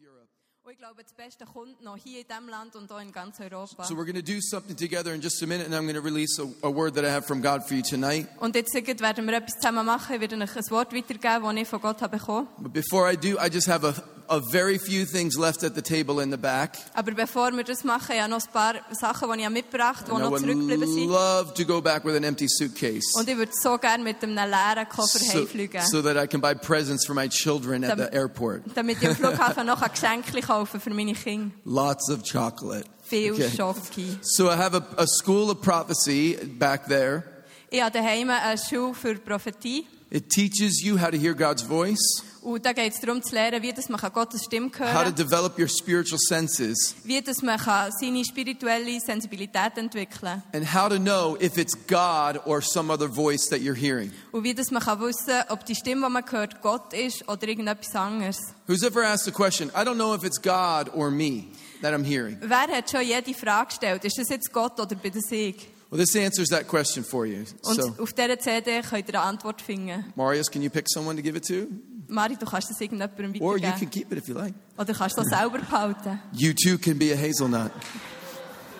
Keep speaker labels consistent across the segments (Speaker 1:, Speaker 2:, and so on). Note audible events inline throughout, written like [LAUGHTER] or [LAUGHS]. Speaker 1: Europe.
Speaker 2: Und ich glaube, das Beste kommt noch hier in diesem Land und auch in ganz Europa.
Speaker 1: So we're going to do something together in just a minute, and I'm going to release a, a word that I have from God for you tonight.
Speaker 2: Und jetzt gleich werden wir etwas zusammen machen. Ich werde euch ein Wort weitergeben, das ich von Gott habe bekommen
Speaker 1: But before I do, I just have a, a very few things left at the table in the back.
Speaker 2: Aber bevor wir das machen, ich habe noch ein paar Sachen, die ich habe mitgebracht habe,
Speaker 1: And
Speaker 2: die
Speaker 1: I
Speaker 2: noch
Speaker 1: would
Speaker 2: zurückgeblieben sind.
Speaker 1: love to go back with an empty suitcase.
Speaker 2: Und ich würde so gerne mit einem leeren Koffer
Speaker 1: So,
Speaker 2: heimfliegen.
Speaker 1: so that I can buy presents for my children at
Speaker 2: Damit-
Speaker 1: the airport.
Speaker 2: Damit ich am Flughafen noch Geschenke kaufen für meine Kinder.
Speaker 1: Lots of chocolate.
Speaker 2: Viel
Speaker 1: Okay.
Speaker 2: Schoki.
Speaker 1: So I have a, a school of prophecy back there.
Speaker 2: Ich habe daheim eine Schule für Prophetie.
Speaker 1: It teaches you how to hear God's voice,
Speaker 2: Und da geht es darum zu lernen, wie dass man kann Gottes Stimme
Speaker 1: how to
Speaker 2: hören kann,
Speaker 1: develop your spiritual senses,
Speaker 2: wie dass man kann seine spirituelle Sensibilität entwickeln kann
Speaker 1: and how to know if it's God or some other voice that you're hearing.
Speaker 2: und wie dass man kann wissen ob die Stimme, die man hört, Gott ist oder irgendetwas anderes.
Speaker 1: Who's ever asked the question, I don't know if it's God or me that I'm hearing?
Speaker 2: Wer hat schon jede Frage gestellt? Ist das jetzt Gott oder bin das ich?
Speaker 1: Well, this answers that question for you.
Speaker 2: Und
Speaker 1: So,
Speaker 2: auf dieser CD könnt ihr eine Antwort finden.
Speaker 1: Marius, can you pick someone to give it to?
Speaker 2: Mari, du kannst das irgendjemandem
Speaker 1: Or you can
Speaker 2: weitergeben.
Speaker 1: keep it if you like.
Speaker 2: Oder kannst du das selber behalten.
Speaker 1: You too can be a hazelnut. [LAUGHS]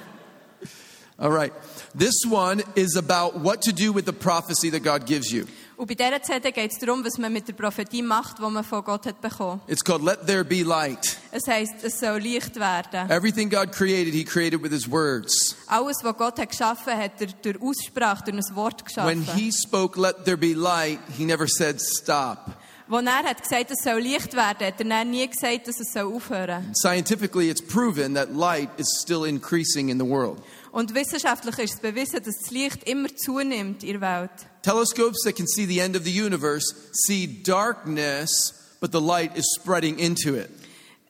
Speaker 1: All right. This one is about what to do with the prophecy that God gives you.
Speaker 2: Und bei dieser CD geht es darum, was man mit der Prophetie macht, die man von Gott hat bekommen.
Speaker 1: It's called Let There Be Light.
Speaker 2: Es heisst, es soll Licht werden.
Speaker 1: Everything God created, He created with His words.
Speaker 2: Alles, was Gott hat geschaffen hat, er durch Aussprache, durch ein Wort
Speaker 1: When
Speaker 2: geschaffen.
Speaker 1: He spoke, Let There Be Light, He never said stop.
Speaker 2: Wo er hat gesagt, es soll Licht werden, hat er dann nie gesagt, dass es soll aufhören
Speaker 1: Scientifically, it's proven that light is still increasing in the world.
Speaker 2: Und wissenschaftlich ist es bewiesen, dass das Licht immer zunimmt in der Welt.
Speaker 1: Telescopes that can see the end of the universe see darkness, but the light is spreading into it.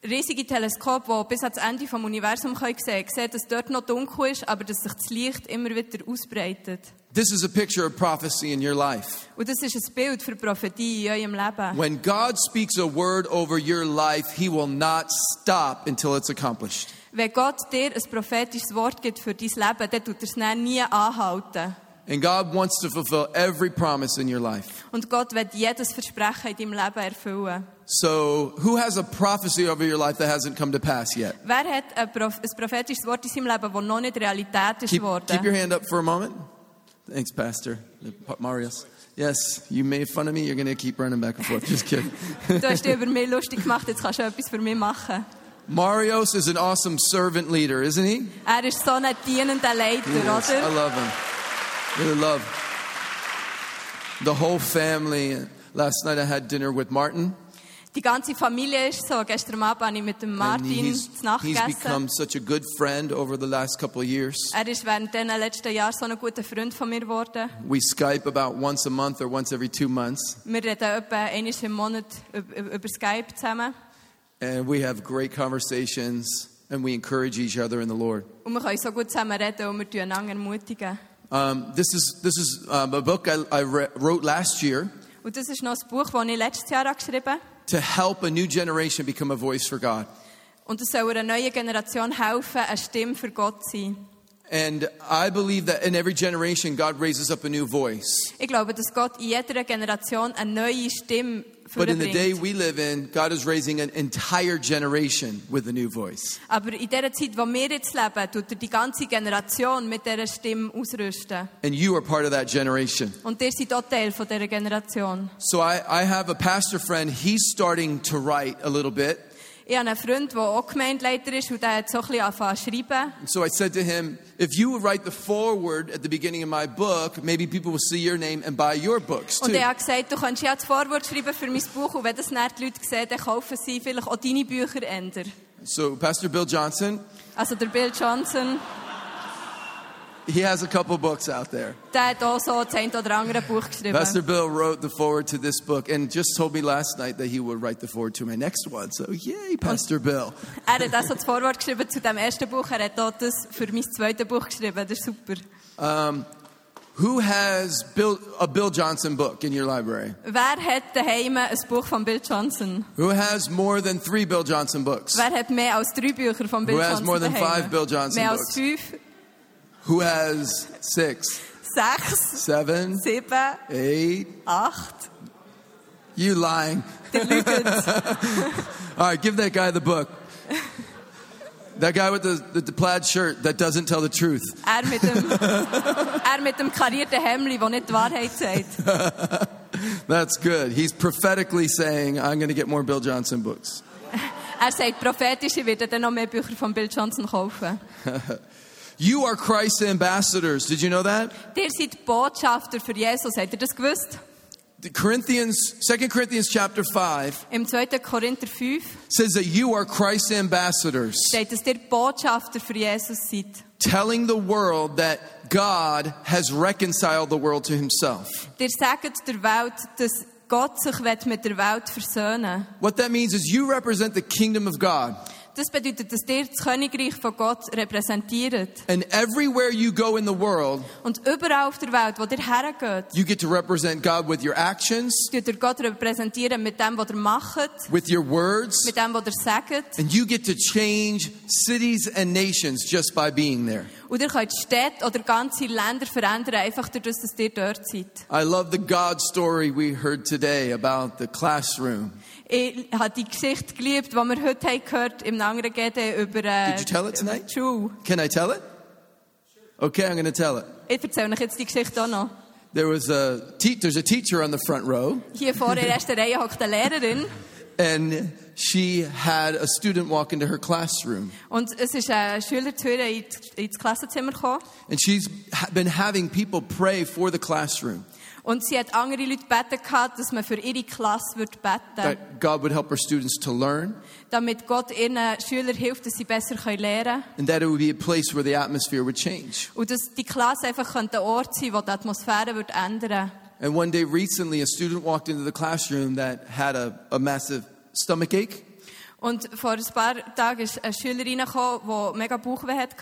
Speaker 2: Riesige Teleskope, die bis ans Ende des Universums sehen können, sehen, dass dort noch dunkel ist, aber dass sich das Licht immer wieder ausbreitet.
Speaker 1: This is a picture of prophecy in your life.
Speaker 2: Und das ist ein Bild für Prophetie in eurem Leben.
Speaker 1: When God speaks a word over your life, He will not stop until it's accomplished.
Speaker 2: Wenn Gott dir ein prophetisches Wort gibt für dein Leben, dann tut er es dann nie anhalten.
Speaker 1: And God wants to fulfill every promise in your life.
Speaker 2: Und Gott wird jedes Versprechen in deinem Leben erfüllen.
Speaker 1: So, who has a prophecy over your life that hasn't come to pass yet?
Speaker 2: Wer hat ein, Prof ein prophetisches Wort in seinem Leben, das noch nicht Realität ist
Speaker 1: Keep, keep your
Speaker 2: geworden?
Speaker 1: hand up for a moment. Thanks, Pastor. Marius. Yes, you made fun of me. You're going to keep running back and forth. Just kidding. [LAUGHS]
Speaker 2: Du hast dich über mich lustig gemacht, jetzt kannst du etwas für mich machen.
Speaker 1: Marius is an awesome servant leader, isn't he?
Speaker 2: Er ist so ein dienender Leiter,
Speaker 1: Yes, I
Speaker 2: oder?
Speaker 1: love him. Really love the whole family. Last night I had dinner with Martin.
Speaker 2: Die ganze Familie ist so. Gestern Abend habe ich mit dem
Speaker 1: And
Speaker 2: Martin
Speaker 1: he's,
Speaker 2: zu Nacht
Speaker 1: he's become
Speaker 2: gegessen.
Speaker 1: such a good friend over the last couple of years.
Speaker 2: Er ist während den letzten Jahren so ein guter Freund von mir geworden.
Speaker 1: We Skype about once a month or once every two months,
Speaker 2: Wir reden etwa einmal im Monat üb- üb- über Skype zusammen.
Speaker 1: and we have great conversations, and we encourage each other in the Lord.
Speaker 2: Und wir können so gut zusammen reden und wir tun einander ermutigen.
Speaker 1: Um, this is this is um, a book I, I re- wrote last year
Speaker 2: Und das ist noch ein Buch, das ich letztes Jahr geschrieben habe.
Speaker 1: to help a new generation become a voice for God.
Speaker 2: Und es soll einer neuen Generation helfen, eine Stimme für Gott zu sein.
Speaker 1: And I believe that in every generation, God raises up a new voice.
Speaker 2: Ich glaube, dass Gott in jeder Generation eine neue Stimme
Speaker 1: But in the day
Speaker 2: vorbringt.
Speaker 1: we live in, God is raising an entire generation with a new voice.
Speaker 2: Aber in der Zeit, wo wir jetzt leben, tut er die ganze Generation mit dieser Stimme ausrüsten.
Speaker 1: And you are part of that generation.
Speaker 2: Und ihr seid auch Teil von dieser Generation.
Speaker 1: So I, I have a pastor friend. He's starting to write a little bit.
Speaker 2: Ich habe einen Freund, der auch Gemeindeleiter ist und der hat so ein bisschen angefangen zu schreiben.
Speaker 1: And so I said to him, if you would write the foreword at the beginning of my book, maybe people will see your name and buy your books
Speaker 2: Und
Speaker 1: too.
Speaker 2: er hat gesagt, du kannst ja das Vorwort schreiben für mein Buch und wenn das dann die Leute sehen, dann kaufen sie vielleicht auch deine Bücher änder.
Speaker 1: So Pastor Bill Johnson,
Speaker 2: Also der Bill Johnson,
Speaker 1: he has a couple books out there.
Speaker 2: der hat auch so das ein oder andere Buch geschrieben.
Speaker 1: Pastor Bill wrote the foreword to this book and just told me last night that he would write the foreword to my next one. So yay, Pastor Bill.
Speaker 2: Er hat also das Vorwort geschrieben zu dem ersten Buch, er hat auch das für mein zweites Buch geschrieben, das ist super.
Speaker 1: Who has Bill, a Bill Johnson book in your library?
Speaker 2: Wer hat daheim ein Buch von Bill Johnson?
Speaker 1: Who has more than three Bill Johnson books?
Speaker 2: Wer hat mehr als drei Bücher von Bill
Speaker 1: Who has
Speaker 2: Johnson
Speaker 1: more than
Speaker 2: daheim?
Speaker 1: five Bill Johnson
Speaker 2: mehr
Speaker 1: books?
Speaker 2: als fünf,
Speaker 1: Who has six,
Speaker 2: sechs,
Speaker 1: seven,
Speaker 2: sieben,
Speaker 1: eight?
Speaker 2: acht.
Speaker 1: You lying.
Speaker 2: Der lügt.
Speaker 1: All right, give that guy the
Speaker 2: [LAUGHS]
Speaker 1: book. That guy with the, the, the plaid shirt that doesn't tell the truth.
Speaker 2: Er mit dem, er mit dem karierten Hemdli, der nicht die Wahrheit sagt.
Speaker 1: That's good. He's prophetically saying, I'm going to get more Bill Johnson books.
Speaker 2: Er sagt prophetisch, ich werde dann noch mehr Bücher von Bill Johnson kaufen.
Speaker 1: You are Christ's ambassadors. Did you know that?
Speaker 2: Ihr seid Botschafter für Jesus, habt ihr das gewusst?
Speaker 1: The Corinthians, 2 Corinthians chapter 5
Speaker 2: Im 2. Korinther 5
Speaker 1: says that you are Christ's ambassadors,
Speaker 2: steht, dass ihr Botschafter für Jesus seid.
Speaker 1: telling the world that God has reconciled the world to himself.
Speaker 2: Ihr sagt der Welt, dass Gott sich will mit der Welt versöhnen
Speaker 1: What that means is you represent the kingdom of God.
Speaker 2: Das bedeutet, dass ihr das Königreich von Gott repräsentiert.
Speaker 1: And everywhere you go in the world,
Speaker 2: Und überall auf der Welt, wo ihr hergeht,
Speaker 1: you get to represent God with your actions,
Speaker 2: tut ihr Gott repräsentieren mit dem, was ihr macht,
Speaker 1: with your words,
Speaker 2: mit dem, was ihr sagt.
Speaker 1: and you get to change cities and nations just by being there.
Speaker 2: Und ihr könnt Städte oder ganze Länder verändern, einfach dadurch, dass ihr dort seid.
Speaker 1: I love the God story we heard today about the classroom.
Speaker 2: Ich habe die Geschichte geliebt, die wir heute haben gehört im anderen GD über äh,
Speaker 1: Did you tell it
Speaker 2: über
Speaker 1: tonight?
Speaker 2: die Schule.
Speaker 1: Can I tell it? Okay, I'm going to tell it.
Speaker 2: Ich erzähle euch jetzt die Geschichte auch noch.
Speaker 1: There was a te- there's a teacher on the front row,
Speaker 2: Hier vorne in der ersten Reihe hockt eine Lehrerin
Speaker 1: and she had a student walk into her classroom,
Speaker 2: und es ist ein Schüler zu ihr in die- ins Klassenzimmer gekommen
Speaker 1: and she's ha- been having people pray for the classroom
Speaker 2: und sie hat andere Leute gebeten, gehabt, dass man für ihre Klasse wird beten
Speaker 1: that God would help her students to learn,
Speaker 2: damit Gott ihren Schülern hilft, dass sie besser können lernen können
Speaker 1: and that it would be a place where the atmosphere would change.
Speaker 2: und dass die Klasse einfach könnte ein Ort sein wo die Atmosphäre wird ändern
Speaker 1: And one day recently, a student walked into the classroom that had a, a massive stomach ache,
Speaker 2: Und vor ein paar Tagen ist eine Schülerin gekommen, die mega Bauchweh hatte.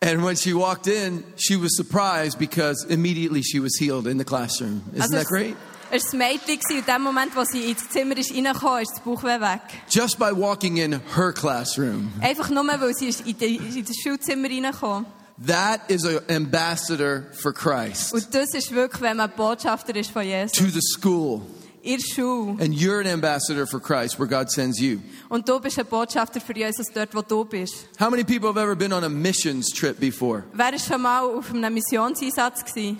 Speaker 1: and when she walked in, she was surprised because immediately she was healed in the classroom. Isn't that great?
Speaker 2: Also Es war ein Mädchen gewesen. und in dem Moment, wo sie ins Zimmer ist reingekommen ist, ist das Bauchweh weg.
Speaker 1: Just by walking in her classroom.
Speaker 2: Einfach nur, weil sie ist in, die, in das Schulzimmer reingekommen
Speaker 1: That is an ambassador for Christ
Speaker 2: Und das ist wirklich, wenn man Botschafter ist von Jesus.
Speaker 1: to the school.
Speaker 2: In der Schule.
Speaker 1: And you're an ambassador for Christ where God sends you.
Speaker 2: Und du bist ein Botschafter für Jesus dort, wo du bist.
Speaker 1: How many people have ever been on a missions trip before?
Speaker 2: Wer war schon mal auf einem Missionseinsatz? Gewesen?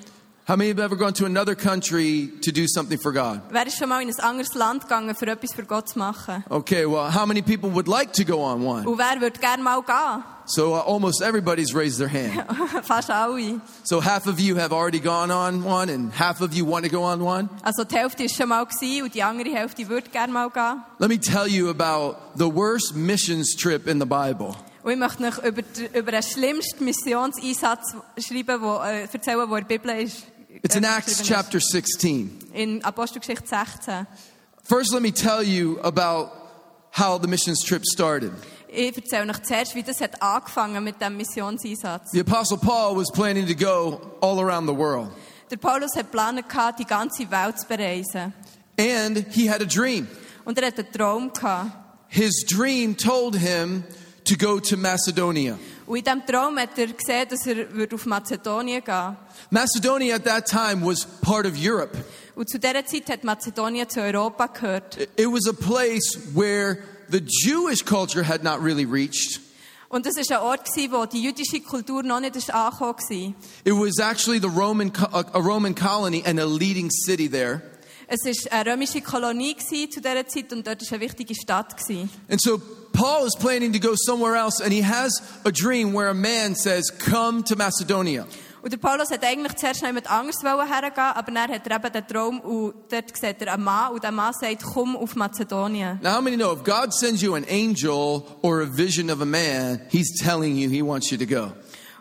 Speaker 1: How many have ever gone to another country to do something for God?
Speaker 2: Wer ist schon mal in ein anderes Land gegangen, für etwas für Gott zu machen?
Speaker 1: Okay, well, how many people would like to go on one?
Speaker 2: Und wer würde gerne mal gehen? [LAUGHS]
Speaker 1: So uh, almost everybody's raised their hand.
Speaker 2: Fast alle.
Speaker 1: So half of you have already gone on one, and half of you want to go on one.
Speaker 2: Also die Hälfte war schon mal gewesen und die andere Hälfte würde gerne mal gehen.
Speaker 1: Let me tell you about the worst missions trip in the Bible.
Speaker 2: Und ich möchte euch über, die- über den schlimmsten Missionseinsatz schreiben, wo, äh, erzählen, der in der Bibel ist.
Speaker 1: It's in
Speaker 2: äh,
Speaker 1: Acts
Speaker 2: geschrieben
Speaker 1: chapter 16.
Speaker 2: ist. In Apostelgeschichte 16.
Speaker 1: First, let me tell you about how the missions trip started.
Speaker 2: Ich erzähle euch zuerst, wie das hat angefangen mit dem Missionseinsatz.
Speaker 1: The Apostle Paul was planning to go all around the world,
Speaker 2: Der Paulus hat geplant, gehabt, die ganze Welt zu bereisen.
Speaker 1: and he had a dream.
Speaker 2: Und er hat einen Traum. Gehabt.
Speaker 1: His dream told him to go to Macedonia.
Speaker 2: Und in diesem Traum hat er gesehen, dass er würde auf Mazedonien gehen
Speaker 1: Macedonia at that time was part of Europe.
Speaker 2: Und zu dieser Zeit hat Mazedonien zu Europa gehört.
Speaker 1: It- It was a place where the Jewish culture had not really reached.
Speaker 2: Und das war ein Ort, gewesen, wo die jüdische Kultur noch nicht ist angekommen war.
Speaker 1: It was actually the Roman, co- a a Roman colony and a leading city there.
Speaker 2: Es war eine römische Kolonie gewesen zu dieser Zeit und dort war eine wichtige Stadt. gewesen.
Speaker 1: And so Paul is planning to go somewhere else, and he has a dream where a man says, Come to Macedonia.
Speaker 2: Und der Paulus hat eigentlich zuerst noch jemand anderes wollen hergehen, aber dann hat er eben den Traum und dort sieht er einen Mann und der Mann sagt, komm auf Mazedonien.
Speaker 1: Now, how many know if God sends you an angel or a vision of a man, he's telling you he wants you to go?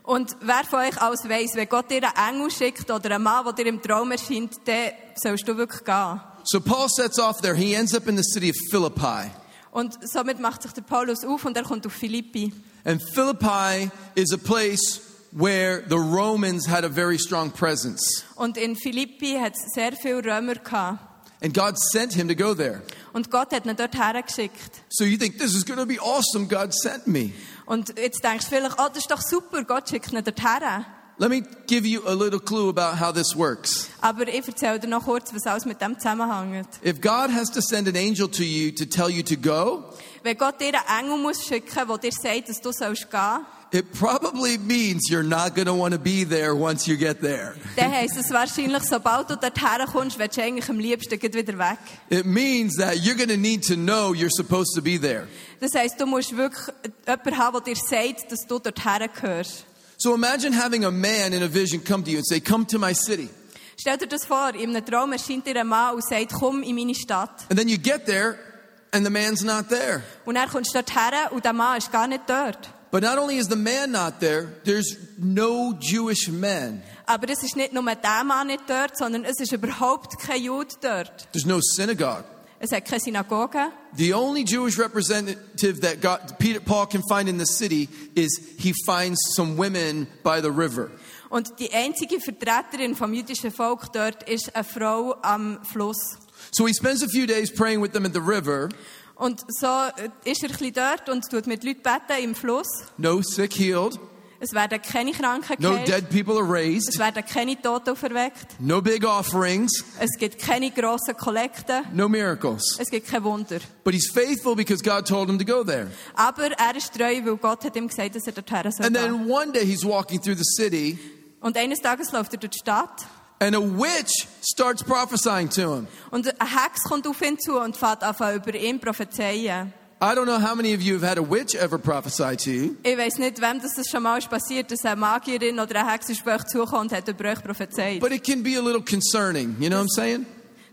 Speaker 2: Und wer von euch alles weiss, wenn Gott dir einen Engel schickt oder einen Mann, der dir im Traum erscheint, dann sollst du wirklich gehen.
Speaker 1: So Paul sets off there. He ends up in the city of Philippi.
Speaker 2: Und somit macht sich der Paulus auf und er kommt auf Philippi.
Speaker 1: And Philippi is a place where the Romans had a very strong presence.
Speaker 2: Und in Philippi hat es sehr viele Römer gehabt.
Speaker 1: And God sent him to go there.
Speaker 2: Und Gott hat ihn dort hergeschickt.
Speaker 1: So you think, this is going to be awesome. God sent me.
Speaker 2: ah, Und jetzt denkst du vielleicht, oh, das ist doch super, Gott schickt ihn dort her.
Speaker 1: Let me give you a little clue about how this works.
Speaker 2: Aber ich erzähle dir noch kurz, was alles mit dem zusammenhängt.
Speaker 1: If God has to send an angel to you to tell you to go,
Speaker 2: Wenn Gott dir einen Engel muss schicken muss, der dir sagt, dass du sollst gehen
Speaker 1: it probably means you're not going to want to be there once you get there.
Speaker 2: dann heisst es wahrscheinlich, sobald du dorthin kommst, willst du eigentlich am liebsten gleich wieder weg.
Speaker 1: It means that you're going to need to know you're supposed to be there.
Speaker 2: Das heisst, du musst wirklich jemanden haben, der dir sagt, dass du dorthin gehörst.
Speaker 1: So imagine having a man in a vision come to you and say, Come to my city.
Speaker 2: Stell dir das vor, in einem Traum erscheint dir ein Mann und sagt, komm in meine Stadt.
Speaker 1: And then you get there and the man's not there.
Speaker 2: Und dann kommst du dorthin und der Mann ist gar nicht dort.
Speaker 1: But not only is the man not there, there's no Jewish men.
Speaker 2: Aber es ist nicht nur der Mann nicht dort, sondern es ist überhaupt kein Jude dort.
Speaker 1: There's no synagogue.
Speaker 2: Es hat keine Synagoge.
Speaker 1: The only Jewish representative that God, Peter, Paul can find in the city is he finds some women by the river.
Speaker 2: Und die einzige Vertreterin vom jüdischen Volk dort ist eine Frau am Fluss.
Speaker 1: So he spends a few days praying with them at the river.
Speaker 2: Und so äh, ist er ein bisschen dort und tut mit Leuten beten im Fluss.
Speaker 1: No sick healed,
Speaker 2: Es werden keine Kranken
Speaker 1: no
Speaker 2: geheilt.
Speaker 1: dead people are
Speaker 2: Es
Speaker 1: raised,
Speaker 2: werden keine Toten auferweckt.
Speaker 1: no big offerings,
Speaker 2: Es gibt keine grossen Kollekten.
Speaker 1: no miracles.
Speaker 2: Es gibt kein Wunder.
Speaker 1: But he's faithful because God told him to go there.
Speaker 2: Aber er ist treu, weil Gott hat ihm gesagt, dass er dorthin soll.
Speaker 1: And
Speaker 2: gehen.
Speaker 1: then one day he's walking through the city
Speaker 2: Und eines Tages läuft er durch die Stadt
Speaker 1: and a witch starts prophesying to him.
Speaker 2: und ein Hex kommt auf ihn zu und fährt an, über ihn zu prophezeien.
Speaker 1: I don't know how many of you have had a witch ever prophesy to you,
Speaker 2: Ich weiß nicht, wem das, das schon mal ist passiert, dass eine Magierin oder eine Hexe ist bei euch zugekommen und hat über euch prophezeit.
Speaker 1: but it can be a little concerning. You know what I'm saying?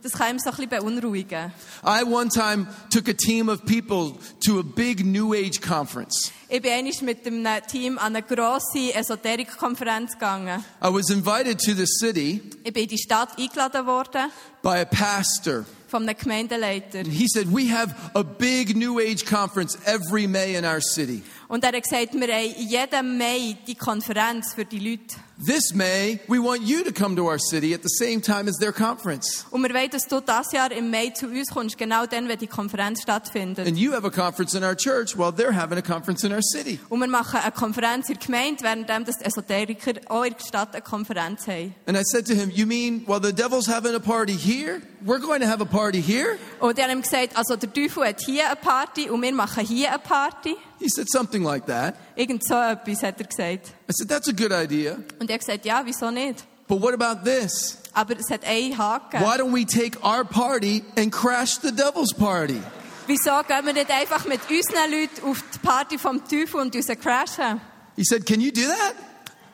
Speaker 2: Das kann ihm so ein bisschen beunruhigen.
Speaker 1: I one time took a team of people to a big New Age conference.
Speaker 2: Ich bin einmal mit einem Team an eine grosse Esoterikkonferenz gegangen.
Speaker 1: I was invited to the city
Speaker 2: Ich bin in die Stadt eingeladen worden
Speaker 1: by a pastor.
Speaker 2: von einem Gemeindeleiter.
Speaker 1: He said, We have a big New Age conference every May in our city.
Speaker 2: Und er hat gesagt, wir haben jeden Mai die Konferenz für die Leute.
Speaker 1: This May, we want you to come to our city at the same time as their conference.
Speaker 2: Und wir wollen, dass du dieses Jahr im Mai zu uns kommst, genau dann, wenn die Konferenz stattfindet.
Speaker 1: And you have a conference in our church while they're having a conference in our city.
Speaker 2: Und wir machen eine Konferenz in der Gemeinde, währenddem dass die Esoteriker auch in der Stadt eine Konferenz haben.
Speaker 1: And I said to him, You mean while the devil's having a party here, we're going to have a party here?
Speaker 2: Und die haben ihm gesagt, also der Teufel hat hier eine Party und wir machen hier eine Party.
Speaker 1: He said something like that.
Speaker 2: Irgend so etwas hat er gesagt.
Speaker 1: I said, That's a good idea.
Speaker 2: Und ich habe gesagt, ja, wieso nicht?
Speaker 1: But what about this?
Speaker 2: Aber es hat einen Haken.
Speaker 1: Why don't we take our party and crash the devil's party?
Speaker 2: Wieso gehen wir nicht einfach mit unseren Leuten auf die Party vom Teufel und unseren crashen?
Speaker 1: He said, Can you do that?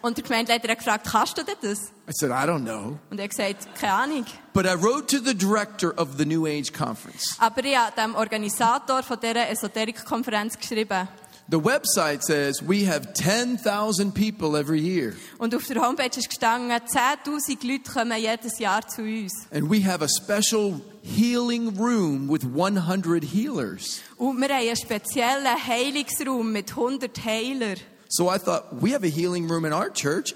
Speaker 2: Und der Gemeindeleiter hat gefragt, kannst du denn das?
Speaker 1: I said, I don't know.
Speaker 2: Und er hat gesagt, keine Ahnung.
Speaker 1: But I wrote to the director of the New Age conference.
Speaker 2: Aber ich habe dem Organisator von dieser Esoterikkonferenz geschrieben.
Speaker 1: The website says we have 10,000 people every year,
Speaker 2: Und auf der Homepage ist gestanden, 10'000 Leute kommen jedes Jahr zu uns.
Speaker 1: and we have a special healing room with 100 healers.
Speaker 2: Und wir haben einen speziellen Heilungsraum mit 100 Heilern.
Speaker 1: So I thought, we have a healing room in our church.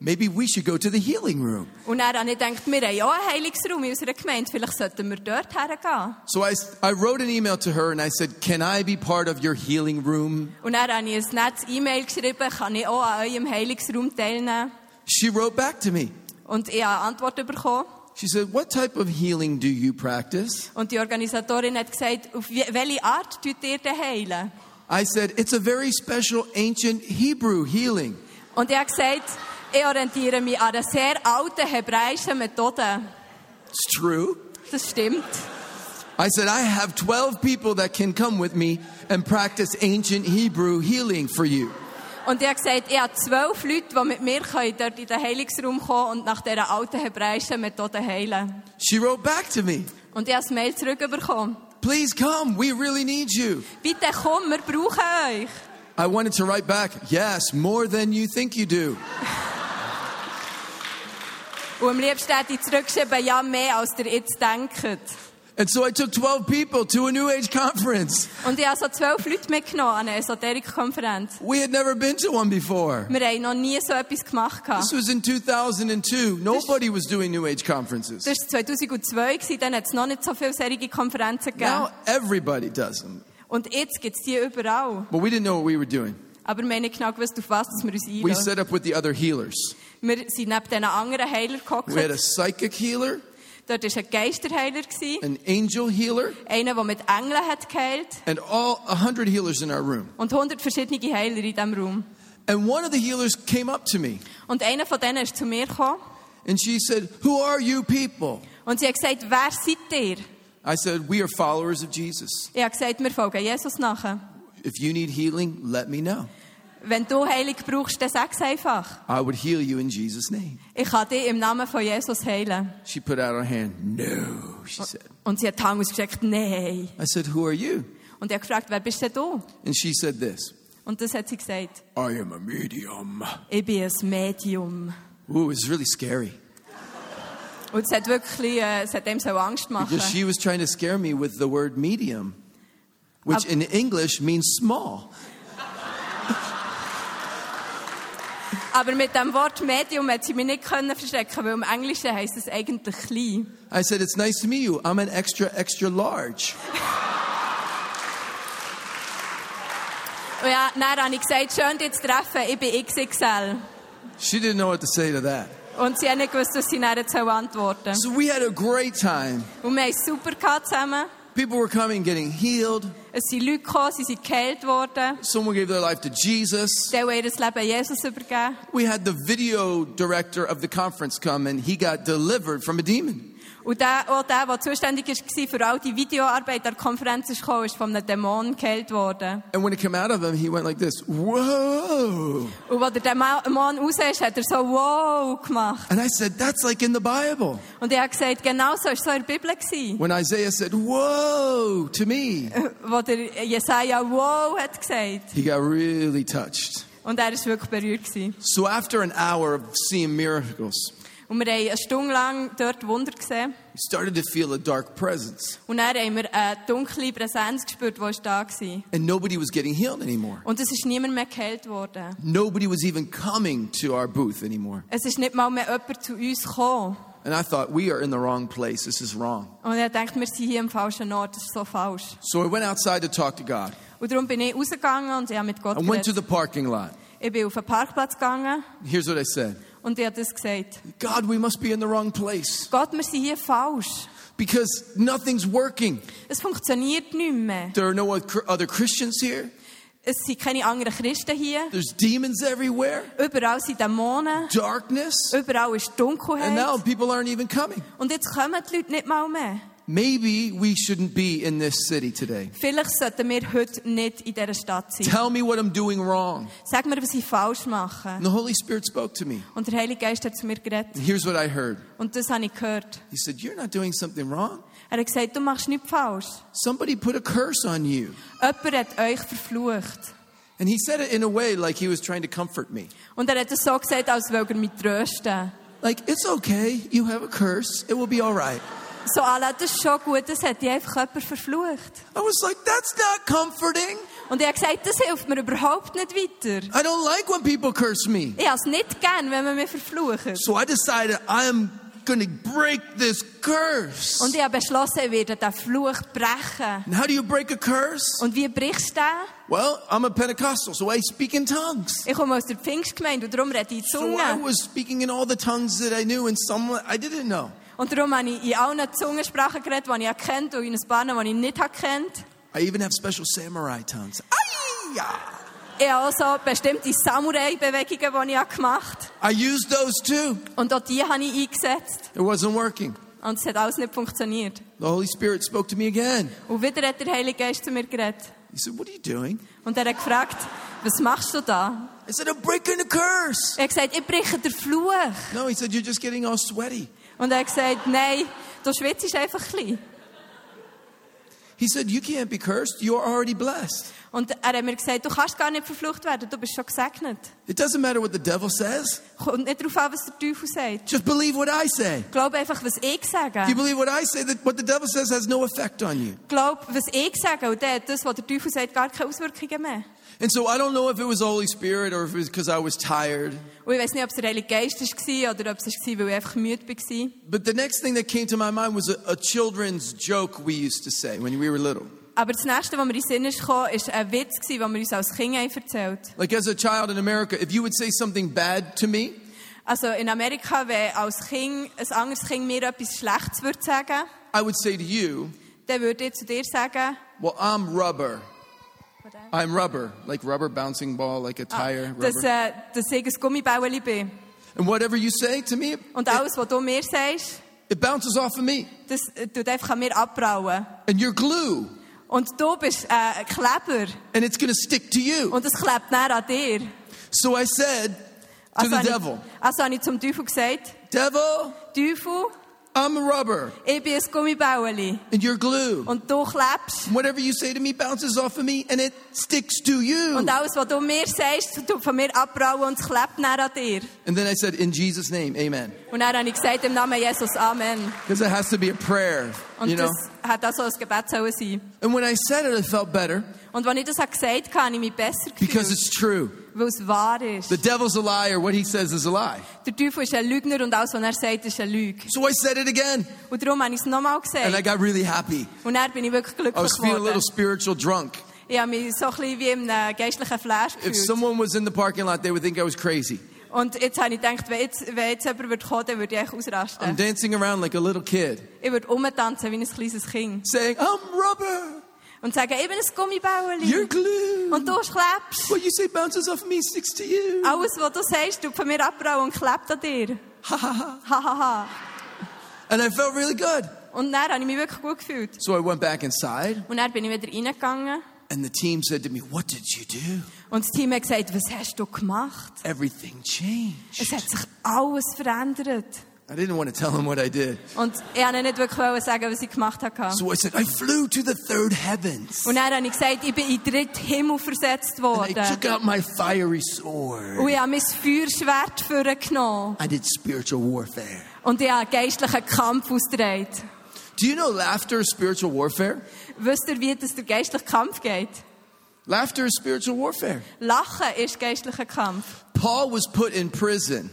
Speaker 1: Maybe we should go to the healing room.
Speaker 2: Und dann habe ich gedacht, wir haben ja auch einen Heilungsraum in unserer Gemeinde, vielleicht sollten wir dort hergehen.
Speaker 1: So I, I wrote an email to her and I said, Can I be part of your healing room?
Speaker 2: Und dann habe ich ein nettes E-Mail geschrieben, kann ich auch an eurem Heilungsraum teilnehmen.
Speaker 1: She wrote back to me.
Speaker 2: Und ich habe eine Antwort bekommen.
Speaker 1: She said, What type of healing do you practice?
Speaker 2: Und die Organisatorin hat gesagt, auf wie- welche Art tut ihr denn heilen?
Speaker 1: I said, It's a very special ancient Hebrew healing.
Speaker 2: Und ich habe gesagt, ich orientiere mich an einer sehr alten hebräischen Methode.
Speaker 1: It's true.
Speaker 2: Das stimmt.
Speaker 1: I said, I have 12 people that can come with me and practice ancient Hebrew healing for you.
Speaker 2: Und ich habe gesagt, ich habe zwölf Leute, die mit mir können, dort in den Heilungsraum kommen und nach dieser alten hebräischen Methode heilen.
Speaker 1: She wrote back to me,
Speaker 2: Und ich habe ein Mail zurückbekommen.
Speaker 1: Please come, we really need you.
Speaker 2: Bitte komm, wir brauchen euch.
Speaker 1: I wanted to write back, Yes, more than you think you do.
Speaker 2: Und am liebsten hätte ich zurückgeschrieben, ja, mehr als ihr jetzt denkt.
Speaker 1: And so I took 12 people to a New Age conference.
Speaker 2: Und ich habe so zwölf Leute mitgenommen an eine Esoterikkonferenz.
Speaker 1: We had never been to one before.
Speaker 2: Wir haben noch nie so etwas gemacht.
Speaker 1: This
Speaker 2: gehabt.
Speaker 1: was in 2002. Nobody was doing New Age conferences.
Speaker 2: Das war 2002, gewesen, dann hat es noch nicht so viele solche Konferenzen gegeben.
Speaker 1: Now everybody does them.
Speaker 2: Und jetzt gibt es die überall.
Speaker 1: But we didn't know what we were doing.
Speaker 2: Aber wir haben nicht genau gewusst, auf was dass wir uns
Speaker 1: We
Speaker 2: einlassen.
Speaker 1: set up with the other healers.
Speaker 2: Wir sind neben diesen anderen Heilern
Speaker 1: We had a
Speaker 2: gehockt.
Speaker 1: psychic healer,
Speaker 2: Dort war ein Geisterheiler, gewesen,
Speaker 1: an angel healer,
Speaker 2: einer, der mit Engeln hat geheilt
Speaker 1: and all 100 healers in our room.
Speaker 2: und 100 verschiedene Heiler in diesem Raum.
Speaker 1: And one of the healers came up to me
Speaker 2: Und einer von denen ist zu mir gekommen
Speaker 1: and she said, Who are you people?
Speaker 2: und sie hat gesagt, wer seid ihr?
Speaker 1: I said, We are followers of Jesus.
Speaker 2: Ich habe gesagt, wir folgen Jesus nachher.
Speaker 1: If you need healing, let me know.
Speaker 2: Wenn du Heilung brauchst, dann sag's einfach.
Speaker 1: I would heal you in Jesus' name.
Speaker 2: Ich kann dich im Namen von Jesus heilen.
Speaker 1: She put out her hand. No, she said.
Speaker 2: Und sie hat die Hand ausgestreckt, nein.
Speaker 1: I said, Who are you?
Speaker 2: Und ich habe gefragt, wer bist denn du?
Speaker 1: And she said this
Speaker 2: Und das hat sie gesagt,
Speaker 1: I am a medium.
Speaker 2: ich bin ein Medium.
Speaker 1: Ooh, it's really scary.
Speaker 2: Und es hat wirklich, äh, es hat dem so Angst gemacht.
Speaker 1: Because she was trying to scare me with the word medium, which
Speaker 2: Ab-
Speaker 1: in English means small.
Speaker 2: Aber mit dem Wort Medium hat sie mich nicht können verstecken, weil im Englischen heisst es eigentlich klein.
Speaker 1: I said, It's nice to meet you. I'm an extra, extra large.
Speaker 2: Und ja, dann habe ich gesagt, schön dich zu treffen, ich bin XXL.
Speaker 1: She didn't know what to say to that.
Speaker 2: Und sie hat nicht gewusst, dass sie dann so antworten soll.
Speaker 1: So we had a great time.
Speaker 2: Und wir haben es super gehabt zusammen.
Speaker 1: People were coming, getting healed.
Speaker 2: Es sind Leute gekommen, sie sind geheilt worden.
Speaker 1: Someone gave their life to Jesus.
Speaker 2: Sie haben ihr Leben Jesus übergeben.
Speaker 1: We had the video director of the conference come and he got delivered from a demon.
Speaker 2: Und der, auch der, der zuständig war für all die Videoarbeit der Konferenz, ist, gekommen, ist von einem Dämon geheilt worden.
Speaker 1: And when it came out of him, he went like this, Whoa.
Speaker 2: Und als der Dämon raus ist, hat er so wow gemacht.
Speaker 1: And I said, That's like in the Bible.
Speaker 2: Und ich habe gesagt, genau so war es so in der Bibel. Gewesen, [LAUGHS]
Speaker 1: When Isaiah said, Whoa to me,
Speaker 2: wo der Jesaja wow hat gesagt.
Speaker 1: he got really touched.
Speaker 2: Und er war wirklich berührt. Gewesen.
Speaker 1: So after an hour of seeing miracles,
Speaker 2: Und wir haben eine Stunde lang dort Wunder gesehen.
Speaker 1: he started to feel a dark presence.
Speaker 2: Und dann haben wir eine dunkle Präsenz gespürt, die war da war.
Speaker 1: And nobody was getting healed anymore.
Speaker 2: Und es ist niemand mehr geheilt worden.
Speaker 1: Nobody was even coming to our booth anymore.
Speaker 2: Es ist nicht mal mehr jemand zu uns gekommen.
Speaker 1: And I thought, We are in the wrong place. This is wrong.
Speaker 2: Und er denkt, wir sind hier im falschen Ort, das ist so falsch.
Speaker 1: So I went outside to talk to God.
Speaker 2: Und darum bin ich rausgegangen und ich habe mit Gott
Speaker 1: I went to
Speaker 2: geredet.
Speaker 1: the parking lot.
Speaker 2: Ich bin auf den Parkplatz gegangen
Speaker 1: Here's what I said
Speaker 2: und ich habe das gesagt.
Speaker 1: God, we must be in the wrong place
Speaker 2: Gott, wir sind hier falsch.
Speaker 1: because nothing's working.
Speaker 2: Es funktioniert nicht mehr.
Speaker 1: There are no other Christians here,
Speaker 2: Es sind keine anderen Christen hier.
Speaker 1: there's demons everywhere,
Speaker 2: Überall sind Dämonen.
Speaker 1: darkness,
Speaker 2: Überall ist
Speaker 1: and now
Speaker 2: Dunkelheit.
Speaker 1: people aren't even coming.
Speaker 2: Und jetzt kommen die Leute nicht mal mehr.
Speaker 1: Maybe we shouldn't be in this city today.
Speaker 2: Vielleicht sollten wir heute nicht in dieser Stadt sein.
Speaker 1: [LAUGHS] Tell me what I'm doing wrong.
Speaker 2: Sag mir, was ich falsch mache.
Speaker 1: And the Holy Spirit spoke to me.
Speaker 2: Und der Heilige Geist hat zu mir geredet.
Speaker 1: And here's what I heard
Speaker 2: Und das habe ich gehört.
Speaker 1: He said, You're not doing something wrong.
Speaker 2: Er hat gesagt, du machst nichts falsch.
Speaker 1: Somebody put a curse on you.
Speaker 2: Jemand hat euch verflucht.
Speaker 1: And he said it in a way like he was trying to comfort me.
Speaker 2: Und er hat es so gesagt, als würde er mich trösten.
Speaker 1: Like, it's okay, you have a curse, it will be all right.
Speaker 2: So, Allah, das ist schon gut, das hat dich einfach jemand verflucht.
Speaker 1: I was like, That's not comforting.
Speaker 2: Und ich habe gesagt, das hilft mir überhaupt nicht weiter.
Speaker 1: I don't like when people curse me.
Speaker 2: Ich habe es nicht gern, wenn man mich verflucht.
Speaker 1: So I decided I'm going to break this curse.
Speaker 2: Und ich habe beschlossen, ich werde diesen Fluch brechen.
Speaker 1: And how do you break a curse?
Speaker 2: Und wie brichst du den?
Speaker 1: Well, I'm a Pentecostal, so I speak in tongues.
Speaker 2: Ich komme aus der Pfingstgemeinde und darum rede ich in
Speaker 1: So I
Speaker 2: Zungen.
Speaker 1: was speaking in all the tongues that I knew and some I didn't know.
Speaker 2: Und darum habe ich in allen Zungensprachen geredet, die ich kennt und in ein paar, die ich nicht kennt.
Speaker 1: I even have special samurai tongues. Ay-ya!
Speaker 2: Ich habe auch so bestimmte Samurai-Bewegungen, die ich gemacht habe.
Speaker 1: I used those too.
Speaker 2: Und auch die habe ich eingesetzt.
Speaker 1: It wasn't working.
Speaker 2: Und es hat alles nicht funktioniert.
Speaker 1: The Holy Spirit spoke to me again.
Speaker 2: Und wieder hat der Heilige Geist zu mir geredet.
Speaker 1: He said, What are you doing?
Speaker 2: Und er hat gefragt, was machst du da?
Speaker 1: I said, I'm breaking a curse.
Speaker 2: Er hat gesagt, ich breche den Fluch.
Speaker 1: No, he said, You're just getting all sweaty.
Speaker 2: Und er hat gesagt, nein, du schwitzt einfach ein bisschen.
Speaker 1: He said, You can't be cursed. You're already blessed.
Speaker 2: Und er hat mir gesagt, du kannst gar nicht verflucht werden, du bist schon gesegnet.
Speaker 1: It doesn't matter what the devil says.
Speaker 2: Kommt nicht darauf an, was der Teufel sagt.
Speaker 1: Just believe what I say.
Speaker 2: Glaub einfach, was ich
Speaker 1: If you
Speaker 2: sage.
Speaker 1: believe what I say, that what the devil says has no effect on you.
Speaker 2: Glaub, was ich sage. Und dann hat das, was der Teufel sagt, gar keine Auswirkungen mehr.
Speaker 1: And so I don't know if it was the Holy Spirit or if it was because I was tired.
Speaker 2: Und ich weiß nicht, ob es der Heilige Geist war oder ob es war, weil ich einfach müde war.
Speaker 1: But the next thing that came to my mind was a, a children's joke we used to say when we were little.
Speaker 2: Aber das Nächste, was mir in den Sinn ist gekommen, ist ein Witz, gewesen, den wir uns als Kinder haben erzählt
Speaker 1: Like as a child in America, if you would say something bad to me,
Speaker 2: Also in Amerika, wenn als Kind ein anderes Kind mir etwas Schlechtes würde sagen,
Speaker 1: I would say to you,
Speaker 2: dann würde ich zu dir sagen,
Speaker 1: Well, I'm rubber. I'm rubber, like rubber bouncing ball, like
Speaker 2: Ah,
Speaker 1: a tire.
Speaker 2: dass,
Speaker 1: rubber.
Speaker 2: äh, dass ich ein Gummibäueli bin.
Speaker 1: And whatever you say to me,
Speaker 2: Und alles, was du mir sagst,
Speaker 1: it bounces off of me.
Speaker 2: das äh, tut einfach an mir abprallen.
Speaker 1: And you're glue,
Speaker 2: Und du bist äh, ein Kleber.
Speaker 1: and it's going to stick to you.
Speaker 2: Und es klebt näher an dir.
Speaker 1: So I said to
Speaker 2: Also
Speaker 1: the
Speaker 2: habe
Speaker 1: devil,
Speaker 2: ich, also habe ich zum Teufel gesagt,
Speaker 1: Devil,
Speaker 2: Teufel,
Speaker 1: I'm rubber,
Speaker 2: ich bin ein Gummibäueli.
Speaker 1: and you're glue.
Speaker 2: Und du klebst.
Speaker 1: Whatever you say to me bounces off of me, and it sticks to you.
Speaker 2: Und alles, was du mir sagst, tut von mir abprallen und es klebt näher an dir.
Speaker 1: And then I said, In Jesus' name, amen.
Speaker 2: Und dann habe ich gesagt, im Namen Jesus, Amen.
Speaker 1: Because it has to be a prayer,
Speaker 2: Und
Speaker 1: you know?
Speaker 2: das hat also ein Gebet sollen sein.
Speaker 1: And when I said it, I felt better
Speaker 2: Und wenn ich das gesagt habe, habe ich mich besser
Speaker 1: because
Speaker 2: gefühlt,
Speaker 1: it's true.
Speaker 2: weil es wahr ist.
Speaker 1: The devil's a liar. What he says is a lie.
Speaker 2: Der Teufel ist ein Lügner und alles, was er sagt, ist eine Lüge.
Speaker 1: So I said it again,
Speaker 2: Und darum habe ich es nochmal
Speaker 1: and I
Speaker 2: gesagt.
Speaker 1: got really happy.
Speaker 2: Und dann bin ich wirklich
Speaker 1: I
Speaker 2: glücklich
Speaker 1: was feeling a little
Speaker 2: geworden.
Speaker 1: spiritual drunk.
Speaker 2: Ich habe mich so ein bisschen wie in einem geistlichen Flash
Speaker 1: If
Speaker 2: gefühlt.
Speaker 1: someone was in the parking lot, they would think I was crazy.
Speaker 2: Und jetzt habe ich gedacht, wenn jetzt, wenn jetzt jemand würde kommen dann würde ich echt
Speaker 1: I'm
Speaker 2: ausrasten.
Speaker 1: dancing around like a little kid,
Speaker 2: Ich würde rumtanzen wie ein kleines Kind.
Speaker 1: saying, I'm rubber,
Speaker 2: Und sagen, ich bin ein
Speaker 1: you're
Speaker 2: Gummibäueli.
Speaker 1: glue.
Speaker 2: Und du klebst.
Speaker 1: What you say bounces off me, sticks to you.
Speaker 2: Alles, was du sagst, tut von mir abprallen und klebt an dir.
Speaker 1: Ha ha ha.
Speaker 2: Hahaha.
Speaker 1: And I felt really good.
Speaker 2: Und dann habe ich mich wirklich gut gefühlt.
Speaker 1: So I went back inside,
Speaker 2: Und dann bin ich wieder reingegangen.
Speaker 1: and the team said to me, What did you do?
Speaker 2: Und das Team hat gesagt, was hast du gemacht?
Speaker 1: Everything
Speaker 2: Es
Speaker 1: changed.
Speaker 2: hat sich alles verändert.
Speaker 1: I didn't want to tell him what I did.
Speaker 2: Und ich wollte nicht wirklich sagen, was ich gemacht habe.
Speaker 1: So I said, I flew to the third heavens.
Speaker 2: Und dann habe ich gesagt, ich bin in den dritten Himmel versetzt
Speaker 1: And I
Speaker 2: worden.
Speaker 1: took out my fiery sword.
Speaker 2: Und ich habe mein Feuerschwert vorgenommen.
Speaker 1: I did spiritual warfare.
Speaker 2: Und ich habe einen geistlichen Kampf ausgetragen.
Speaker 1: Do you know laughter is spiritual warfare?
Speaker 2: Wisst ihr, wie das der geistliche Kampf geht?
Speaker 1: Laughter is spiritual warfare.
Speaker 2: Lachen ist geistlicher Kampf.
Speaker 1: Paul was put in prison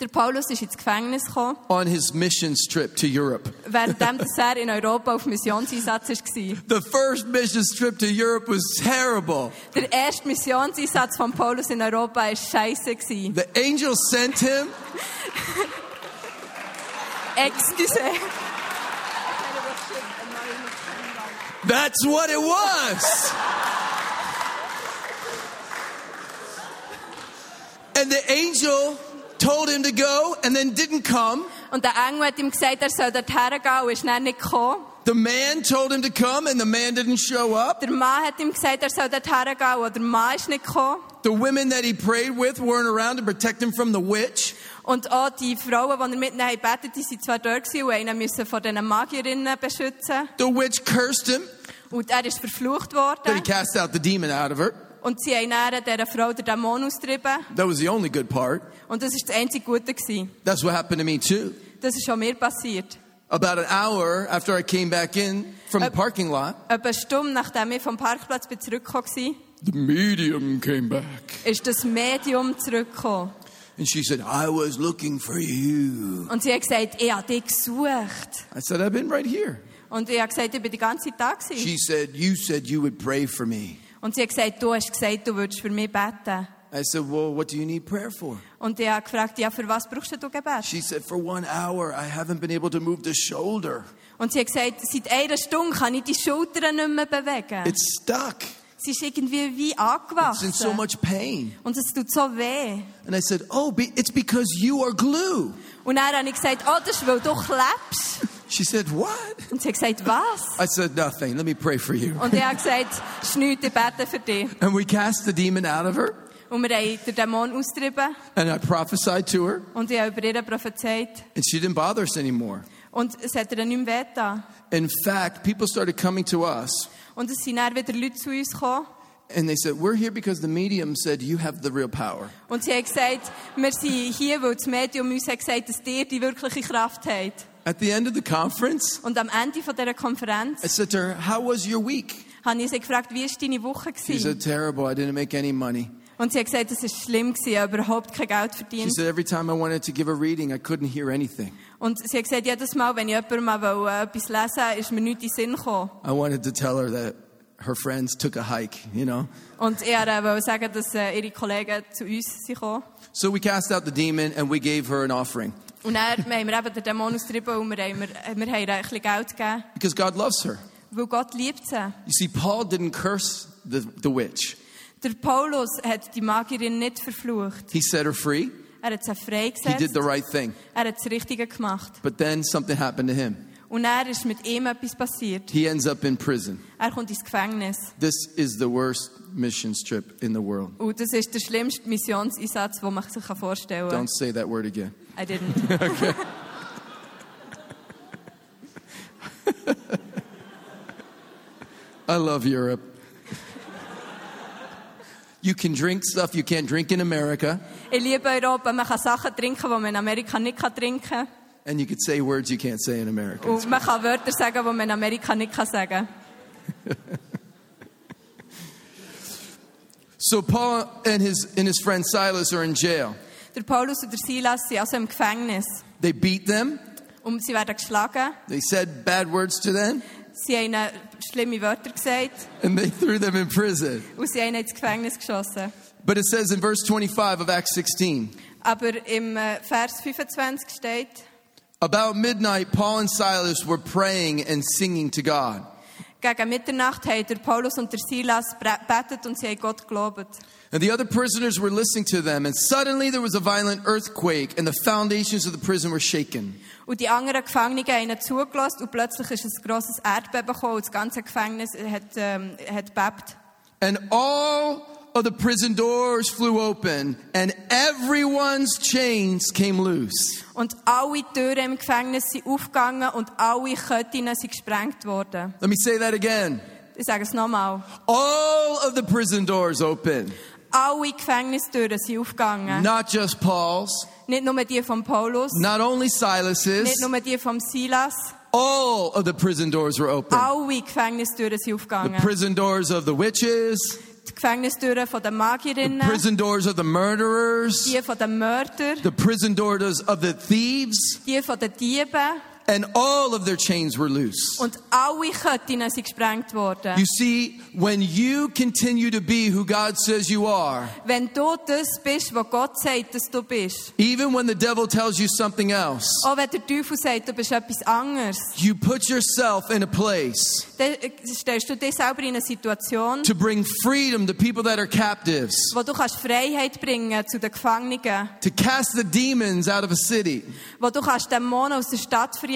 Speaker 2: Der Paulus ist ins Gefängnis gekommen,
Speaker 1: on his missions trip to Europe.
Speaker 2: währenddem dass er in Europa auf Missionseinsatz war.
Speaker 1: The first missions trip to Europe was terrible.
Speaker 2: Der erste Missionseinsatz von Paulus in Europa war scheisse. gewesen.
Speaker 1: The angel sent him,
Speaker 2: Excuse.
Speaker 1: that's what it was. And the angel told him to go and then didn't come.
Speaker 2: Und der Engel hat ihm gesagt, er soll dort hergehen und ist dann nicht gekommen.
Speaker 1: The man told him to come and the man didn't show up.
Speaker 2: Der Mann hat ihm gesagt, er soll dort hergehen und der Mann ist nicht gekommen.
Speaker 1: The women that he prayed with weren't around to protect him from the witch.
Speaker 2: Und auch die Frauen, die er mitnehmen haben, gebeten, die waren zwar dort gewesen und einen müssen von diesen Magierinnen beschützen.
Speaker 1: The witch cursed him,
Speaker 2: Und er ist verflucht
Speaker 1: but he
Speaker 2: worden.
Speaker 1: cast out the demon out of her.
Speaker 2: Und sie haben dann dieser Frau den Dämon austrieben.
Speaker 1: That was the only good part.
Speaker 2: Und das war das einzige Gute. Gewesen.
Speaker 1: That's what happened to me too.
Speaker 2: Das ist schon mir passiert.
Speaker 1: About an hour after I came back in from the parking lot,
Speaker 2: Etwa stumm, nachdem ich vom Parkplatz bin zurückgekommen war,
Speaker 1: the medium came back
Speaker 2: ist das Medium zurückgekommen.
Speaker 1: and she said, I was looking for you.
Speaker 2: Und sie hat gesagt, ich habe dich gesucht.
Speaker 1: I said, I've been right here.
Speaker 2: Und ich habe gesagt, ich bin den ganzen Tag da. gewesen.
Speaker 1: She said, You said you would pray for me.
Speaker 2: Und sie hat gesagt, du hast gesagt, du würdest für mich beten.
Speaker 1: I said, Well, what do you need prayer for?
Speaker 2: Und ich habe gefragt, ja, für was brauchst du Gebet?
Speaker 1: She said, For one hour, I haven't been able to move the shoulder.
Speaker 2: Und sie hat gesagt, seit einer Stunde kann ich die Schultern nicht mehr bewegen.
Speaker 1: It's stuck.
Speaker 2: sie ist irgendwie wie
Speaker 1: It's in
Speaker 2: angewachsen.
Speaker 1: so much pain.
Speaker 2: und es tut so weh.
Speaker 1: And I said, Oh, be- it's because you are glue.
Speaker 2: Und dann habe ich gesagt, oh, das ist, weil du klebst.
Speaker 1: She said, What?
Speaker 2: Und sie hat gesagt, was?
Speaker 1: I said, Nothing. Let me pray
Speaker 2: [LAUGHS]
Speaker 1: for you.
Speaker 2: Und ich habe gesagt, es ist nichts, ich bete für dich.
Speaker 1: And we cast the demon out of her.
Speaker 2: Und wir haben den Dämon austrieben
Speaker 1: And I prophesied to her.
Speaker 2: und ich habe über ihr prophezeit.
Speaker 1: And she didn't bother us anymore.
Speaker 2: Und es hat ihr nicht mehr wehgetan.
Speaker 1: In fact, people started coming to us.
Speaker 2: Und es sind dann wieder Leute zu uns gekommen.
Speaker 1: And they said, We're here because the medium said you have the real power.
Speaker 2: Und sie hat gesagt, wir sind hier, weil das Medium uns hat gesagt, dass ihr die wirkliche Kraft habt.
Speaker 1: At the end of the conference,
Speaker 2: Und am Ende von dieser Konferenz
Speaker 1: I said to her, How was your week?
Speaker 2: habe ich sie gefragt, wie war deine Woche?
Speaker 1: She
Speaker 2: Gewesen?
Speaker 1: said, Terrible. I didn't make any money.
Speaker 2: Und sie hat gesagt, es war schlimm, gewesen, ich habe überhaupt kein Geld
Speaker 1: She
Speaker 2: verdient.
Speaker 1: said, Every time I wanted to give a reading, I couldn't hear anything.
Speaker 2: Und sie hat gesagt, jedes Mal, wenn ich jemandem mal wollte, äh, etwas lesen wollte, ist mir nichts in den Sinn gekommen.
Speaker 1: I wanted to tell her that her friends took a hike, you know.
Speaker 2: Und ich wollte eben sagen, dass äh, ihre Kollegen zu uns sind gekommen.
Speaker 1: So we cast out the demon and we gave her an offering
Speaker 2: Und dann haben wir eben den Dämon austrieben und wir haben, wir, wir haben ihr ein bisschen Geld gegeben.
Speaker 1: because God loves her.
Speaker 2: Weil Gott liebt sie.
Speaker 1: You see, Paul didn't curse the, the witch,
Speaker 2: Der Paulus hat die Magierin nicht verflucht.
Speaker 1: he set her free.
Speaker 2: Er hat sie
Speaker 1: He did
Speaker 2: freigesetzt.
Speaker 1: the right thing.
Speaker 2: Er hat das Richtige gemacht.
Speaker 1: But then something happened to him.
Speaker 2: Und dann ist mit ihm etwas passiert.
Speaker 1: He ends up in prison.
Speaker 2: Er kommt ins Gefängnis.
Speaker 1: This is the worst missions trip in the world.
Speaker 2: Und das ist der schlimmste Missionseinsatz, den man sich vorstellen kann.
Speaker 1: Don't say that word again.
Speaker 2: I didn't.
Speaker 1: I love Europe. you can drink stuff you can't drink in America,
Speaker 2: Ich liebe Europa. Man kann Sachen trinken, die man in Amerika nicht kann trinken kann.
Speaker 1: and you can say words you can't say in America.
Speaker 2: Und man kann Wörter sagen, die man in Amerika nicht kann sagen kann.
Speaker 1: So Paul and his and his friend Silas are in jail.
Speaker 2: Der Paulus und der Silas sind also im Gefängnis.
Speaker 1: They beat them.
Speaker 2: Und sie werden geschlagen.
Speaker 1: They said bad words to them,
Speaker 2: Sie haben ihnen schlimme Wörter gesagt.
Speaker 1: and they threw them in prison.
Speaker 2: Und sie haben ihn ins Gefängnis geschossen.
Speaker 1: But it says in verse 25 of Acts 16,
Speaker 2: Aber im äh, Vers 25 steht,
Speaker 1: about midnight Paul and Silas were praying and singing to God.
Speaker 2: gegen Mitternacht haben der Paulus und der Silas bre- betet und sie haben Gott gelobt.
Speaker 1: And the other prisoners were listening to them, and suddenly there was a violent earthquake, and the foundations of the prison were shaken.
Speaker 2: Und die anderen Gefangenen haben ihnen zugelassen und plötzlich ist ein grosses Erdbeben gekommen und das ganze Gefängnis hat, ähm, hat bebt.
Speaker 1: And all of the prison doors flew open, and everyone's chains came loose.
Speaker 2: Und alle Türen im Gefängnis sind aufgegangen und alle Ketten sind gesprengt worden.
Speaker 1: Let me say that again.
Speaker 2: Ich sage es nochmal.
Speaker 1: All of the prison doors open,
Speaker 2: Alle Gefängnistüren sind aufgegangen.
Speaker 1: not just Paul's,
Speaker 2: Nicht nur die von Paulus,
Speaker 1: not only
Speaker 2: nicht
Speaker 1: Silas's.
Speaker 2: nur die von Silas.
Speaker 1: All of the prison doors were open.
Speaker 2: Alle Gefängnistüren sind
Speaker 1: The
Speaker 2: aufgegangen.
Speaker 1: prison doors of the witches,
Speaker 2: Die Gefängnistüren von den
Speaker 1: the
Speaker 2: Magierinnen,
Speaker 1: prison doors of the murderers,
Speaker 2: die von den Mördern,
Speaker 1: the prison doors of the thieves.
Speaker 2: die von den Dieben.
Speaker 1: and all of their chains were loose.
Speaker 2: Und alle Ketten sind gesprengt worden.
Speaker 1: You see, when you continue to be who God says you are,
Speaker 2: Wenn du das bist, was Gott sagt, dass du bist,
Speaker 1: even when the devil tells you something else,
Speaker 2: auch wenn der Teufel sagt, du bist etwas anderes,
Speaker 1: you put yourself in a place
Speaker 2: dann äh, stellst du dich selber in eine Situation,
Speaker 1: to bring freedom to people that are captives,
Speaker 2: wo du kannst Freiheit bringen zu den Gefangenen,
Speaker 1: to cast the demons out of a city,
Speaker 2: wo du kannst Dämonen aus der Stadt verjagen,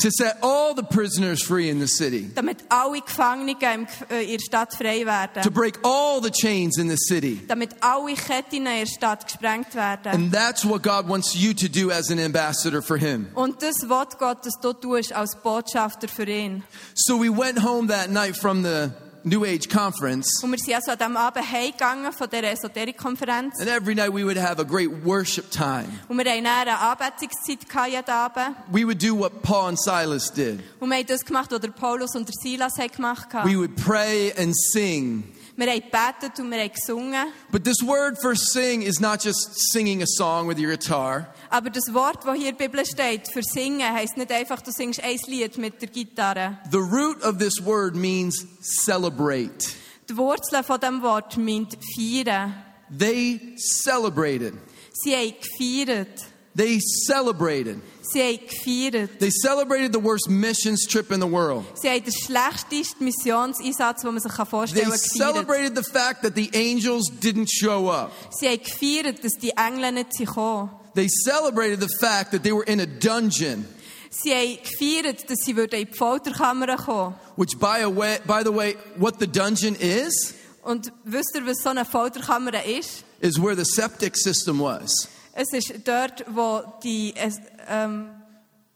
Speaker 1: to set all the prisoners free in the city,
Speaker 2: damit alle Gefangenen im, Gef- äh, in der Stadt frei
Speaker 1: to
Speaker 2: werden,
Speaker 1: break all the chains in the city.
Speaker 2: damit alle Ketten in der Stadt gesprengt werden.
Speaker 1: And that's what God wants you to do as an ambassador for Him.
Speaker 2: Und das Wort Gott, das du tust als Botschafter für ihn.
Speaker 1: So we went home that night from the New Age conference.
Speaker 2: Und wir sind also an diesem Abend heimgegangen von dieser Esoterikkonferenz.
Speaker 1: And every night we would have a great worship time.
Speaker 2: Und wir hatten dann eine Anbetungszeit gehabt jeden Abend.
Speaker 1: We would do what Paul and Silas did.
Speaker 2: Und wir haben das gemacht, was der Paulus und der Silas haben gemacht
Speaker 1: We
Speaker 2: haben.
Speaker 1: would pray and sing.
Speaker 2: Wir haben gebetet und wir haben gesungen.
Speaker 1: But this word for sing is not just singing a song with your guitar.
Speaker 2: Aber das Wort, das hier in der Bibel steht, für singen, heisst nicht einfach, du singst ein Lied mit der Gitarre.
Speaker 1: The root of this word means celebrate.
Speaker 2: Die Wurzel von dem Wort meint feiern.
Speaker 1: They celebrated.
Speaker 2: Sie haben gefeiert.
Speaker 1: They celebrated.
Speaker 2: Sie haben gefeiert.
Speaker 1: They celebrated the worst missions trip in the world.
Speaker 2: Sie haben den schlechtesten Missionseinsatz, den man sich
Speaker 1: They
Speaker 2: vorstellen kann, gefeiert.
Speaker 1: celebrated the fact that the angels didn't show up.
Speaker 2: Sie haben gefeiert, dass die Engel nicht gekommen sind.
Speaker 1: They celebrated the fact that they were in a dungeon.
Speaker 2: Sie haben gefeiert, dass sie würden in die Folterkammer kommen
Speaker 1: Which, by, a way, by the way, what the dungeon is,
Speaker 2: Und wisst ihr, was so eine Folterkammer ist?
Speaker 1: is where the septic system was.
Speaker 2: Es ist dort, wo die... Es, ähm,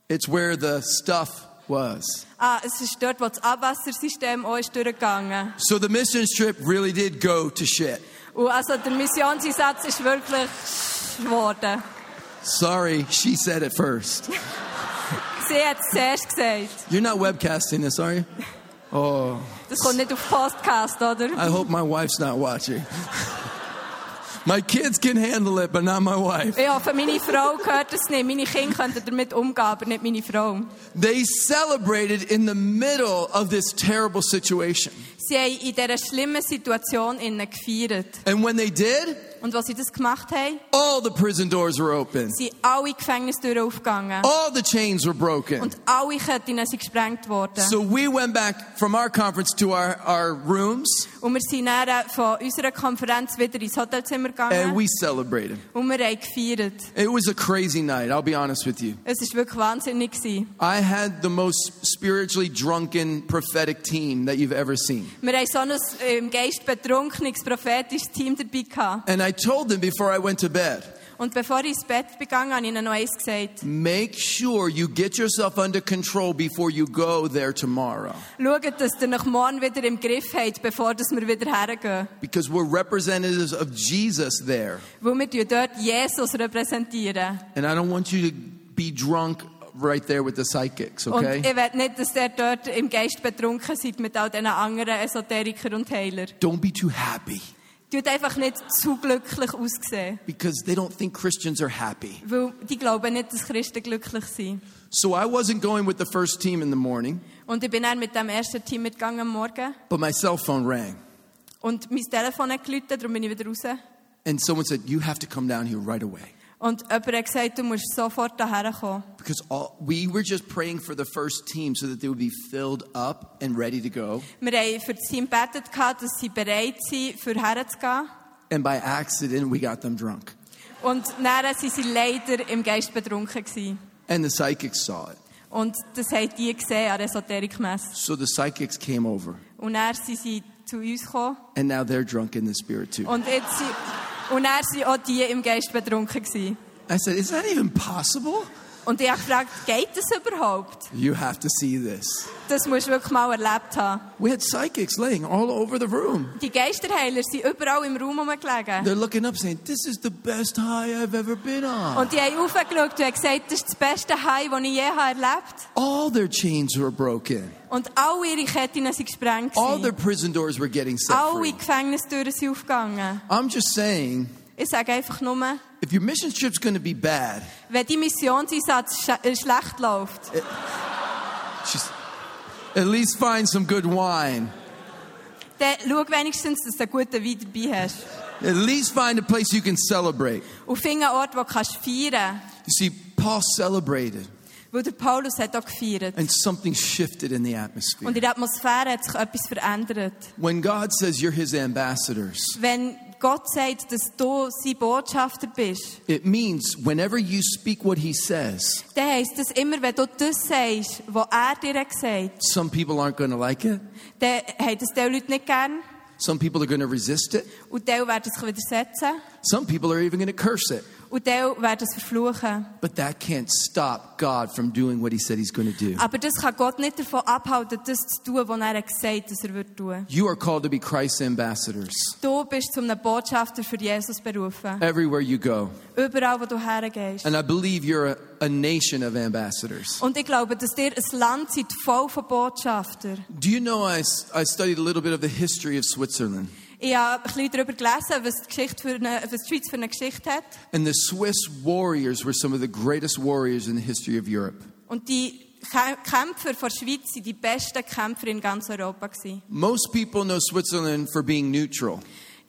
Speaker 1: It's where the stuff was.
Speaker 2: ah, es ist dort, wo das Abwassersystem auch ist durchgegangen
Speaker 1: So the mission trip really did go to shit.
Speaker 2: Und also der Missionseinsatz ist wirklich geworden.
Speaker 1: Sorry, she said it first.
Speaker 2: Sie hat es zuerst gesagt.
Speaker 1: You're not webcasting this, are you? Oh, Also-
Speaker 2: Das kommt nicht auf Podcast, oder?
Speaker 1: I hope my wife's not watching. [LAUGHS] My kids can handle it, but not my wife.
Speaker 2: Ich hoffe, meine Frau hört das nicht. Meine Kinder könnten damit umgehen, aber nicht meine Frau.
Speaker 1: They celebrated in the middle of this terrible situation.
Speaker 2: Sie haben in dieser schlimmen Situation innen gefeiert.
Speaker 1: And when they did,
Speaker 2: Und als sie das gemacht haben,
Speaker 1: all the prison doors were open.
Speaker 2: sind alle Gefängnistüren aufgegangen.
Speaker 1: All the chains were broken.
Speaker 2: Und alle Ketten sind gesprengt worden.
Speaker 1: So we went back from our conference to our, our rooms
Speaker 2: Und wir sind dann äh, von unserer Konferenz wieder ins Hotelzimmer
Speaker 1: and
Speaker 2: gegangen
Speaker 1: Äh, we celebrated.
Speaker 2: und wir haben gefeiert.
Speaker 1: It was a crazy night, I'll be honest with you.
Speaker 2: Es war wirklich wahnsinnig. gewesen.
Speaker 1: I had the most spiritually drunken prophetic team that you've ever seen.
Speaker 2: Wir haben so ein äh, im Geist betrunkenes, prophetisches Team dabei. Gehabt.
Speaker 1: And I told them before I went to bed,
Speaker 2: Und bevor ich ins Bett begangen, habe ich ihnen noch eins gesagt.
Speaker 1: make sure you get yourself under control before you go there tomorrow.
Speaker 2: Schaut, dass ihr euch morgen wieder im Griff habt, bevor dass wir wieder hergehen.
Speaker 1: Because we're representatives of Jesus there.
Speaker 2: Weil wir tun dort Jesus repräsentieren.
Speaker 1: And I don't want you to be drunk right there with the psychics,
Speaker 2: Und
Speaker 1: okay?
Speaker 2: ich will nicht, dass ihr dort im Geist betrunken seid mit all diesen anderen Esoterikern und Heilern.
Speaker 1: don't be too happy
Speaker 2: Tut einfach nicht zu glücklich aussehen.
Speaker 1: because they don't think Christians are happy.
Speaker 2: Weil die glauben nicht, dass Christen glücklich sind.
Speaker 1: So I wasn't going with the first team in the morning,
Speaker 2: Und ich bin dann mit dem ersten Team mitgegangen am Morgen.
Speaker 1: but my cell phone rang.
Speaker 2: Und mein Telefon hat geläutet, darum bin ich wieder raus.
Speaker 1: And someone said, You have to come down here right away.
Speaker 2: Und jemand hat gesagt, du musst sofort hierher kommen.
Speaker 1: Because all, we were just praying for the first team so that they would be filled up and ready to go.
Speaker 2: Wir haben für das Team gebetet, gehabt, dass sie bereit sind, für herzugehen.
Speaker 1: And by accident, we got them drunk.
Speaker 2: Und dann waren sie leider im Geist betrunken. Gewesen.
Speaker 1: And the psychics saw it.
Speaker 2: Und das haben die gesehen an der Esoterikmesse.
Speaker 1: So the psychics came over.
Speaker 2: Und dann sind sie zu uns gekommen.
Speaker 1: And now they're drunk in the spirit too.
Speaker 2: Und, jetzt sind, und dann waren auch die im Geist betrunken. Gewesen.
Speaker 1: I said, Is that even possible?
Speaker 2: Und ich habe gefragt, geht das überhaupt?
Speaker 1: You have to see this.
Speaker 2: Das musst du wirklich mal erlebt haben.
Speaker 1: We had psychics laying all over the room.
Speaker 2: Die Geisterheiler sind überall im Raum rumgelegen.
Speaker 1: They're looking up saying, This is the best high I've ever been on.
Speaker 2: Und die haben aufgeschaut und haben gesagt, das ist das beste Heim, das ich je habe erlebt
Speaker 1: All their chains were broken.
Speaker 2: Und alle ihre Ketten sind gesprengt.
Speaker 1: All
Speaker 2: gewesen.
Speaker 1: their prison doors were getting set
Speaker 2: Alle
Speaker 1: free.
Speaker 2: Gefängnistüren sind aufgegangen.
Speaker 1: I'm just saying,
Speaker 2: Ich sage einfach nur,
Speaker 1: if your mission trip's going to be bad,
Speaker 2: wenn die Missionseinsatz sch äh, schlecht läuft,
Speaker 1: just at least find some good wine.
Speaker 2: dann schau wenigstens, dass du einen guten Wein dabei hast.
Speaker 1: At least find a place you can celebrate.
Speaker 2: Und finde einen Ort, wo du kannst feiern
Speaker 1: You see, Paul celebrated,
Speaker 2: Weil der Paulus hat auch gefeiert.
Speaker 1: and something shifted in the atmosphere.
Speaker 2: Und in der Atmosphäre hat sich etwas verändert.
Speaker 1: When God says you're his ambassadors,
Speaker 2: Wenn Gott sagt, dass du sein Botschafter bist,
Speaker 1: it means whenever you speak what he says,
Speaker 2: Dann heisst das immer, wenn du das sagst, was er dir hat gesagt
Speaker 1: some people aren't going to like it,
Speaker 2: dann haben das diese Leute nicht gern
Speaker 1: some people are going to resist it,
Speaker 2: und die werden es widersetzen
Speaker 1: some people are even going to curse it.
Speaker 2: und die werden es verfluchen.
Speaker 1: But that can't stop God from doing what he said he's going to do.
Speaker 2: Aber das kann Gott nicht davon abhalten, das zu tun, was er hat gesagt dass er wird tun
Speaker 1: You are called to be Christ's ambassadors
Speaker 2: Du bist zum einem Botschafter für Jesus berufen.
Speaker 1: everywhere you go.
Speaker 2: Überall, wo du hergehst.
Speaker 1: And I believe you're a, a nation of ambassadors.
Speaker 2: Und ich glaube, dass dir ein Land seid voll von Botschaftern.
Speaker 1: Do you know I, s- I studied a little bit of the history of Switzerland?
Speaker 2: Ich habe ein bisschen darüber gelesen, was die, Geschichte für eine, was die Schweiz für eine Geschichte hat.
Speaker 1: And the Swiss warriors were some of the greatest warriors in the history of Europe.
Speaker 2: Und die Kä- Kämpfer von der Schweiz waren die besten Kämpfer in ganz Europa. gewesen.
Speaker 1: Most people know Switzerland for being neutral.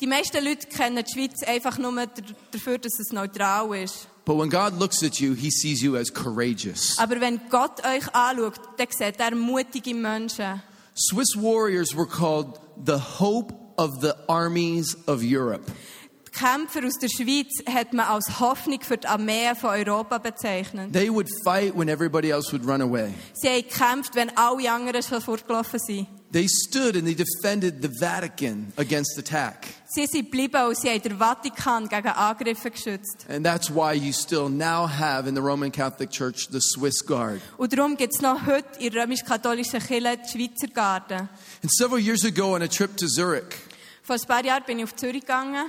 Speaker 2: Die meisten Leute kennen die Schweiz einfach nur d- dafür, dass es neutral ist.
Speaker 1: But when God looks at you, he sees you as courageous.
Speaker 2: Aber wenn Gott euch anschaut, dann sieht er mutige Menschen.
Speaker 1: Swiss warriors were called the hope of the armies of Europe.
Speaker 2: Die Kämpfer aus der Schweiz hat man als Hoffnung für die Armee von Europa bezeichnet.
Speaker 1: They would fight when everybody else would run away.
Speaker 2: Sie haben gekämpft, wenn alle anderen schon fortgelaufen sind.
Speaker 1: They stood and they defended the Vatican against attack.
Speaker 2: Sie sind geblieben und sie haben den Vatikan gegen Angriffe geschützt.
Speaker 1: And that's why you still now have in the Roman Catholic Church the Swiss Guard.
Speaker 2: Und darum gibt es noch heute in der römisch-katholischen Kirche die Schweizer Garde.
Speaker 1: And several years ago on a trip to Zurich,
Speaker 2: Vor ein paar Jahren bin ich auf Zürich gegangen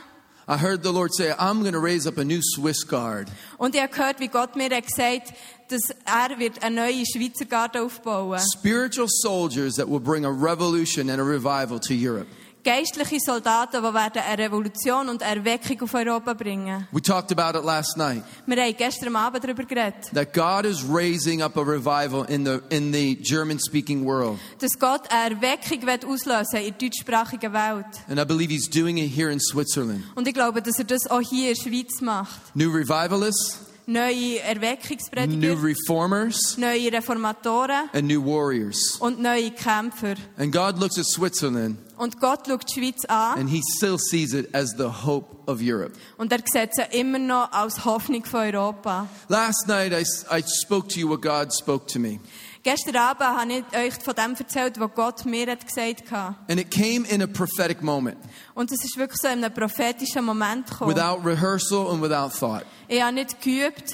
Speaker 1: I heard the Lord say, I'm going to raise up a new Swiss Guard.
Speaker 2: und ich habe gehört, wie Gott mir hat gesagt dass er wird eine neue Schweizer Garde aufbauen
Speaker 1: Spiritual soldiers that will bring a revolution and a revival to Europe.
Speaker 2: geistliche Soldaten, die werden eine Revolution und eine Erweckung auf Europa bringen.
Speaker 1: We talked about it last night
Speaker 2: Wir haben gestern Abend darüber geredet,
Speaker 1: that God is raising up a revival in the, in the German speaking world.
Speaker 2: dass Gott eine Erweckung wird auslösen in der deutschsprachigen Welt.
Speaker 1: And I believe He's doing it here in Switzerland.
Speaker 2: Und ich glaube, dass er das auch hier in der Schweiz macht.
Speaker 1: New revivalists,
Speaker 2: Neue
Speaker 1: new
Speaker 2: Erweckungsprediger,
Speaker 1: reformers,
Speaker 2: neue Reformatoren
Speaker 1: and new warriors.
Speaker 2: und neue Kämpfer.
Speaker 1: And God looks at Switzerland
Speaker 2: Und Gott schaut die Schweiz an
Speaker 1: and He still sees it as the hope of Europe.
Speaker 2: und er sieht sie immer noch als Hoffnung von Europa.
Speaker 1: Last night I, s- I spoke to you what God spoke to me.
Speaker 2: Gestern Abend habe ich euch von dem erzählt, was Gott mir hat gesagt hat.
Speaker 1: And it came in a prophetic moment
Speaker 2: Und es ist wirklich so in einem prophetischen Moment gekommen.
Speaker 1: without rehearsal and without thought.
Speaker 2: ich habe nicht geübt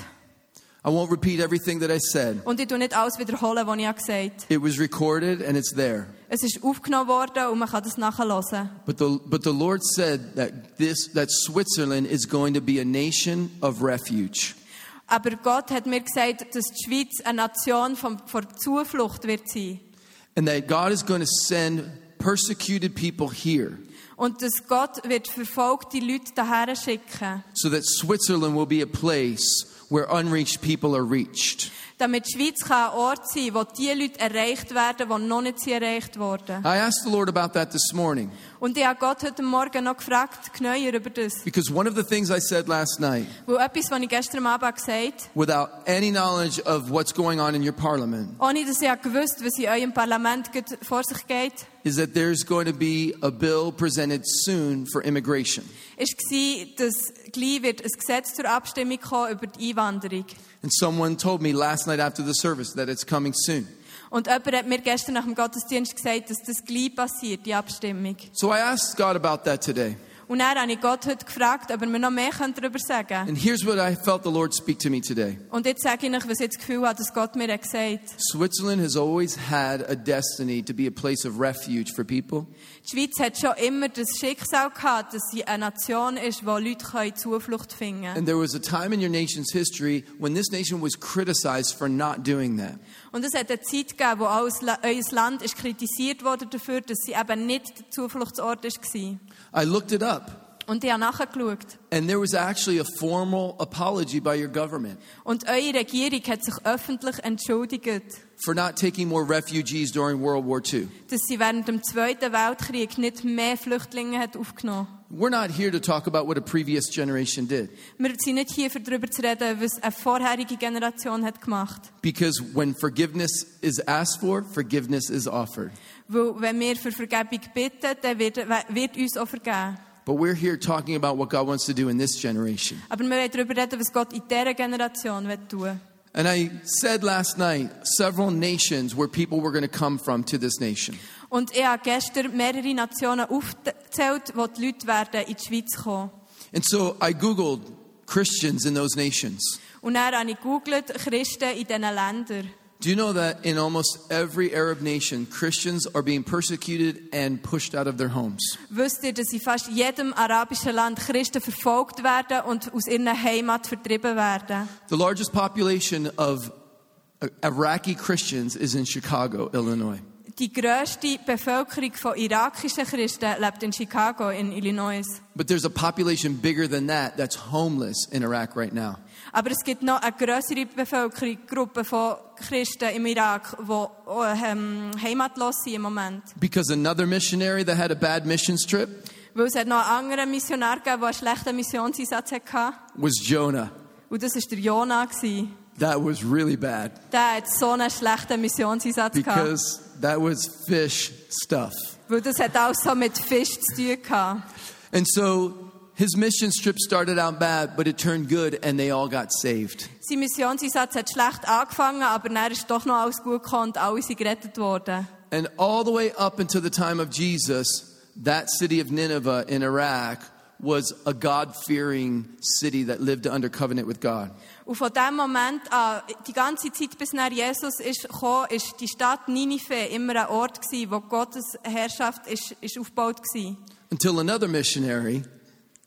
Speaker 1: I won't repeat everything that I said.
Speaker 2: und ich tue nicht alles wiederholen, was ich habe gesagt habe.
Speaker 1: It was recorded and it's there.
Speaker 2: Es ist aufgenommen worden und man kann das nachhören.
Speaker 1: But the, but the Lord said that, this, that Switzerland is going to be a nation of refuge.
Speaker 2: Aber Gott hat mir gesagt, dass die Schweiz eine Nation von, von Zuflucht wird sein.
Speaker 1: And that God is going to send persecuted people here
Speaker 2: Und dass Gott wird verfolgte Leute daher schicken,
Speaker 1: so that Switzerland will be a place where unreached people are reached.
Speaker 2: damit die Schweiz kann ein Ort sein kann, wo die Leute erreicht werden, die noch nicht sie erreicht wurden.
Speaker 1: I asked the Lord about that this morning
Speaker 2: Und ich habe Gott heute Morgen noch gefragt, genauer über das.
Speaker 1: because one of the things I said last night,
Speaker 2: Weil etwas, was ich gestern Abend gesagt habe,
Speaker 1: without any knowledge of what's going on in your parliament,
Speaker 2: ohne dass ich gewusst was in eurem Parlament gerade vor sich geht,
Speaker 1: is that there's going to be a bill presented soon for immigration.
Speaker 2: war, dass gleich wird ein Gesetz zur Abstimmung kommen über die Einwanderung.
Speaker 1: And someone told me last night after the service that it's coming soon.
Speaker 2: Und jemand hat mir gestern nach dem Gottesdienst gesagt, dass das gleich passiert, die Abstimmung.
Speaker 1: So I asked God about that today.
Speaker 2: Und dann habe ich Gott heute gefragt, ob er mir noch mehr darüber sagen könnte.
Speaker 1: And here's what I felt the Lord speak to me today
Speaker 2: Und jetzt sage ich euch, was ich das Gefühl habe, dass Gott mir hat gesagt hat.
Speaker 1: Switzerland has always had a destiny to be a place of refuge for people,
Speaker 2: Die Schweiz hat schon immer das Schicksal gehabt, dass sie eine Nation ist, wo Leute können Zuflucht finden können.
Speaker 1: and there was a time in your nation's history when this nation was criticized for not doing that.
Speaker 2: Und es hat eine Zeit gegeben, wo alles, La- euer Land ist kritisiert wurde dafür, dass sie eben nicht der Zufluchtsort war.
Speaker 1: I looked it up,
Speaker 2: Und ich habe nachgeschaut.
Speaker 1: and there was actually a formal apology by your government
Speaker 2: Und eure Regierung hat sich öffentlich entschuldigt,
Speaker 1: for not taking more refugees during World War II.
Speaker 2: dass sie während dem Zweiten Weltkrieg nicht mehr Flüchtlinge hat aufgenommen
Speaker 1: We're not here to talk about what a previous generation did.
Speaker 2: Wir sind nicht hier, um darüber zu reden, was eine vorherige Generation hat gemacht hat.
Speaker 1: Because when forgiveness is asked for, forgiveness is offered.
Speaker 2: Weil wenn wir für Vergebung bitten, dann wird, wird uns auch vergeben.
Speaker 1: But we're here talking about what God wants to do in this generation.
Speaker 2: Aber wir wollen darüber reden, was Gott in dieser Generation will tun will.
Speaker 1: And I said last night several nations where people were going to come from to this nation.
Speaker 2: Und ich habe gestern mehrere Nationen aufgezählt, wo die Leute werden in die Schweiz kommen.
Speaker 1: And so I Googled Christians in those nations.
Speaker 2: Und dann habe ich gegoogelt, Christen in diesen Ländern.
Speaker 1: Do you know that in almost every Arab nation, Christians are being persecuted and pushed out of their homes?
Speaker 2: Wisst ihr, dass in fast jedem arabischen Land Christen verfolgt werden und aus ihrer Heimat vertrieben werden?
Speaker 1: The largest population of uh, Iraqi Christians is in Chicago, Illinois.
Speaker 2: Die grösste Bevölkerung von irakischen Christen lebt in Chicago, in Illinois.
Speaker 1: But there's a population bigger than that that's homeless in Iraq right now.
Speaker 2: Aber es gibt noch eine grössere Bevölkerung, Gruppe von Christen im Irak, die oh, ähm, heimatlos sind im Moment.
Speaker 1: Because another missionary that had a bad missions trip
Speaker 2: Weil es hat noch einen anderen Missionar gegeben, der einen schlechten Missionseinsatz hatte.
Speaker 1: was Jonah.
Speaker 2: Und das war der Jonah. gewesen.
Speaker 1: That was really bad
Speaker 2: Der hat so einen schlechten Missionseinsatz gehabt.
Speaker 1: because that was fish stuff.
Speaker 2: Weil das hat auch so mit Fisch zu tun gehabt.
Speaker 1: And so his missions trip started out bad, but it turned good and they all got saved.
Speaker 2: Sein Missionseinsatz hat schlecht angefangen, aber dann ist doch noch alles gut gekommen und alle sind gerettet worden.
Speaker 1: And all the way up until the time of Jesus, that city of Nineveh in Iraq was a God fearing city that lived under covenant with God.
Speaker 2: Und von dem Moment an, die ganze Zeit bis nach Jesus ist gekommen, ist die Stadt Ninive immer ein Ort gewesen, wo Gottes Herrschaft ist, ist aufgebaut war.
Speaker 1: Until another missionary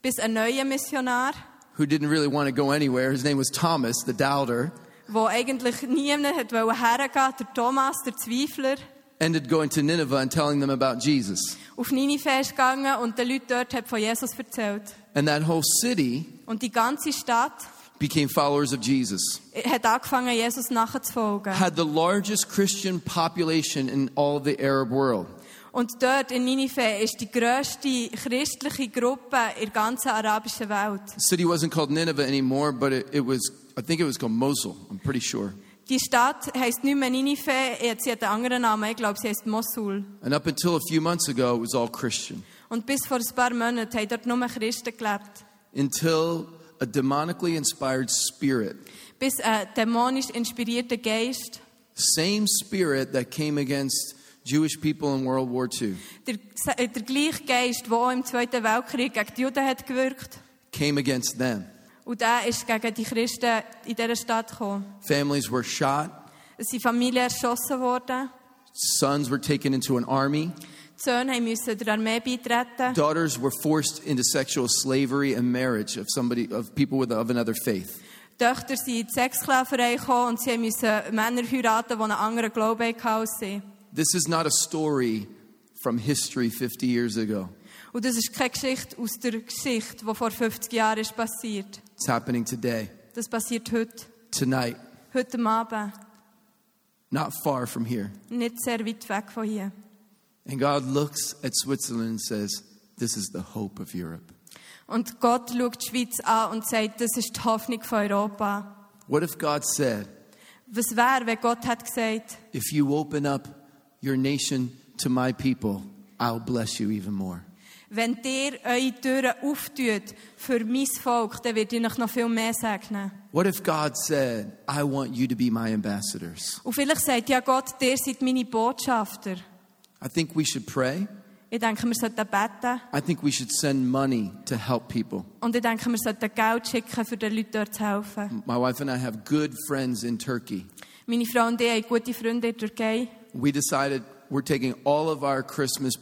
Speaker 2: Bis ein neuer Missionar,
Speaker 1: who didn't really want to go anywhere. His name was Thomas, the doubter.
Speaker 2: wo eigentlich niemand hat wollen hergehen, der Thomas, der Zweifler,
Speaker 1: ended going to Nineveh and telling them about Jesus.
Speaker 2: auf Ninive ist gegangen und den Leuten dort hat von Jesus erzählt.
Speaker 1: And that whole city
Speaker 2: Und die ganze Stadt
Speaker 1: became followers of Jesus.
Speaker 2: hat angefangen, Jesus nachzufolgen.
Speaker 1: Had the largest Christian population in all of the Arab world.
Speaker 2: Und dort in Ninive ist die grösste christliche Gruppe in der ganzen arabischen Welt.
Speaker 1: The city wasn't called Nineveh anymore, but it, it was, I think it was called Mosul, I'm pretty sure.
Speaker 2: Die Stadt heisst nicht mehr Ninive, jetzt sie hat einen anderen Namen, ich glaube, sie heisst Mosul.
Speaker 1: And up until a few months ago, it was all Christian.
Speaker 2: Und bis vor ein paar Monaten haben dort nur Christen gelebt.
Speaker 1: Until a demonically inspired spirit,
Speaker 2: Bis ein dämonisch inspirierter Geist,
Speaker 1: same spirit that came against Jewish people in World War II,
Speaker 2: der, äh, der gleiche Geist, der auch im Zweiten Weltkrieg gegen die Juden hat gewirkt
Speaker 1: came against them.
Speaker 2: und der ist gegen die Christen in dieser Stadt gekommen.
Speaker 1: Families were shot,
Speaker 2: Es sind Familien erschossen worden,
Speaker 1: sons were taken into an army,
Speaker 2: die Söhne mussten der Armee beitreten.
Speaker 1: daughters were forced into sexual slavery and marriage of somebody of people with of another faith.
Speaker 2: Die Töchter sind in die Sexsklaverei gekommen und sie mussten Männer heiraten, die einen anderen Glauben hatten als sie.
Speaker 1: This is not a story from history 50 years ago.
Speaker 2: Und das ist keine Geschichte aus der Geschichte, die vor 50 Jahren ist passiert.
Speaker 1: It's happening today,
Speaker 2: Das passiert heute,
Speaker 1: tonight,
Speaker 2: heute am Abend,
Speaker 1: not far from here.
Speaker 2: nicht sehr weit weg von hier.
Speaker 1: And God looks at Switzerland and says, This is the hope of Europe.
Speaker 2: Und Gott schaut die Schweiz an und sagt, das ist die Hoffnung von Europa.
Speaker 1: What if God said,
Speaker 2: Was wäre, wenn Gott hat gesagt,
Speaker 1: If you open up your nation to my people, I'll bless you even more?
Speaker 2: wenn ihr eure Türen auftut für mein Volk, dann wird ich euch noch viel mehr segnen.
Speaker 1: What if God said, I want you to be my ambassadors?
Speaker 2: Und vielleicht sagt ja Gott, ihr seid meine Botschafter.
Speaker 1: I think we should pray.
Speaker 2: Ich denke, wir sollten beten.
Speaker 1: I think we should send money to help people.
Speaker 2: Und ich denke, wir sollten Geld schicken, für den Leuten dort zu helfen.
Speaker 1: My wife and I have good friends in Turkey.
Speaker 2: Meine Frau und ich haben gute Freunde in der Türkei.
Speaker 1: We decided we're taking all of our Christmas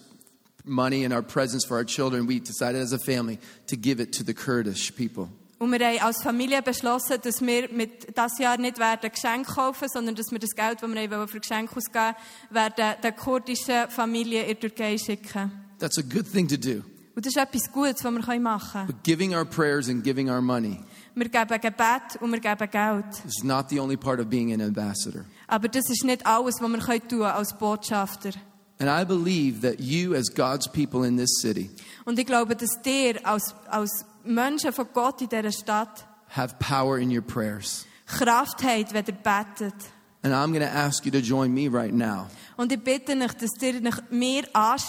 Speaker 1: money and our presents for our children. We decided as a family to give it to the Kurdish people.
Speaker 2: Und wir haben als Familie beschlossen, dass wir mit das Jahr nicht werden Geschenke kaufen, sondern dass wir das Geld, das wir haben wollen, für Geschenke ausgeben, werden der kurdischen Familie in der Türkei schicken.
Speaker 1: That's a good thing to do.
Speaker 2: Und das ist etwas Gutes, was wir machen können.
Speaker 1: But giving our prayers and giving our money
Speaker 2: Wir geben Gebet und wir geben Geld.
Speaker 1: is not the only part of being an ambassador.
Speaker 2: Aber das ist nicht alles, was wir können tun als Botschafter.
Speaker 1: And I believe that you, as God's people in this city,
Speaker 2: Und ich glaube, dass ihr als, als Menschen von Gott in dieser Stadt
Speaker 1: have power in your prayers.
Speaker 2: Kraft habt, wenn ihr betet.
Speaker 1: And I'm going to ask you to join me right now
Speaker 2: Und ich bitte euch, dass ihr euch mir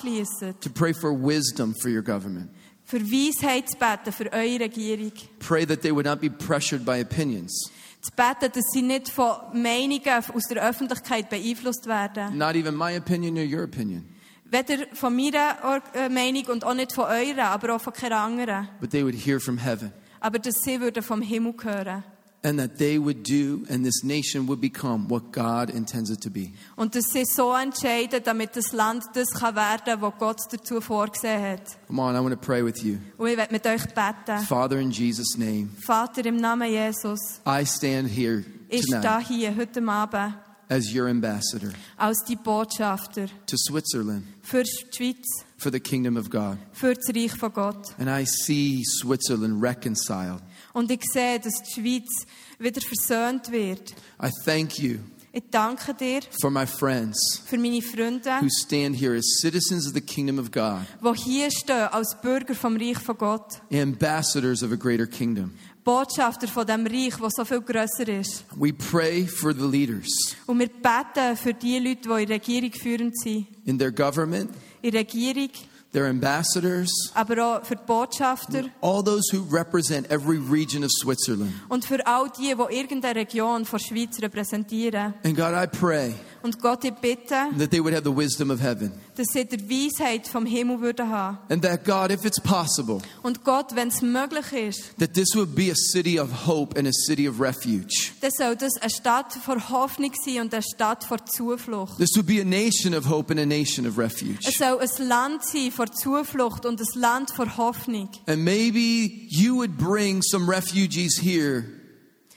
Speaker 2: anschliesst,
Speaker 1: to pray for wisdom for your government.
Speaker 2: für Weisheit zu beten, für eure Regierung.
Speaker 1: Pray that they would not be pressured by opinions,
Speaker 2: Zu beten, dass sie nicht von Meinungen aus der Öffentlichkeit beeinflusst werden.
Speaker 1: not even my opinion or your opinion,
Speaker 2: Weder von meiner Or- äh, Meinung und auch nicht von eurer, aber auch von keiner anderen.
Speaker 1: but they would hear from heaven
Speaker 2: Aber dass sie würden vom Himmel hören.
Speaker 1: and that they would do and this nation would become what God intends it to be.
Speaker 2: Und dass sie so entscheiden, damit das Land das kann werden was Gott dazu vorgesehen hat.
Speaker 1: Come on, I want to pray with you.
Speaker 2: Und ich werde mit euch beten.
Speaker 1: Father, in Jesus' name,
Speaker 2: Vater, im Namen Jesus,
Speaker 1: I stand here
Speaker 2: ich stehe
Speaker 1: tonight
Speaker 2: hier heute Abend
Speaker 1: as your ambassador
Speaker 2: als die Botschafter.
Speaker 1: to Switzerland
Speaker 2: für die Schweiz,
Speaker 1: for the kingdom of God.
Speaker 2: für das Reich von Gott.
Speaker 1: And I see Switzerland reconciled.
Speaker 2: Und ich sehe, dass die Schweiz wieder versöhnt wird.
Speaker 1: I thank you
Speaker 2: Ich danke dir
Speaker 1: for my friends
Speaker 2: für meine Freunde,
Speaker 1: who stand here as citizens of the kingdom of God,
Speaker 2: die hier stehen als Bürger vom Reich von Gott,
Speaker 1: ambassadors of a greater kingdom.
Speaker 2: Botschafter von dem Reich, das so viel grösser ist.
Speaker 1: We pray for the leaders
Speaker 2: Und wir beten für die Leute, die in der Regierung führend sind.
Speaker 1: in their government,
Speaker 2: In der Regierung,
Speaker 1: their ambassadors,
Speaker 2: aber auch für die Botschafter
Speaker 1: all those who represent every region of Switzerland.
Speaker 2: und für all die, die irgendeine Region von der Schweiz repräsentieren.
Speaker 1: And God, I pray
Speaker 2: Und Gott, ich bitte,
Speaker 1: that they would have the wisdom of heaven.
Speaker 2: dass sie die Weisheit vom Himmel würden haben.
Speaker 1: And that, God, if it's possible,
Speaker 2: Und Gott, wenn es möglich ist,
Speaker 1: that this would be a city of hope and a city of refuge.
Speaker 2: dann soll das eine Stadt vor Hoffnung sein und eine Stadt vor Zuflucht.
Speaker 1: This would be a nation of hope and a nation of refuge.
Speaker 2: Es soll ein Land sein vor Zuflucht und ein Land vor Hoffnung.
Speaker 1: And maybe you would bring some refugees here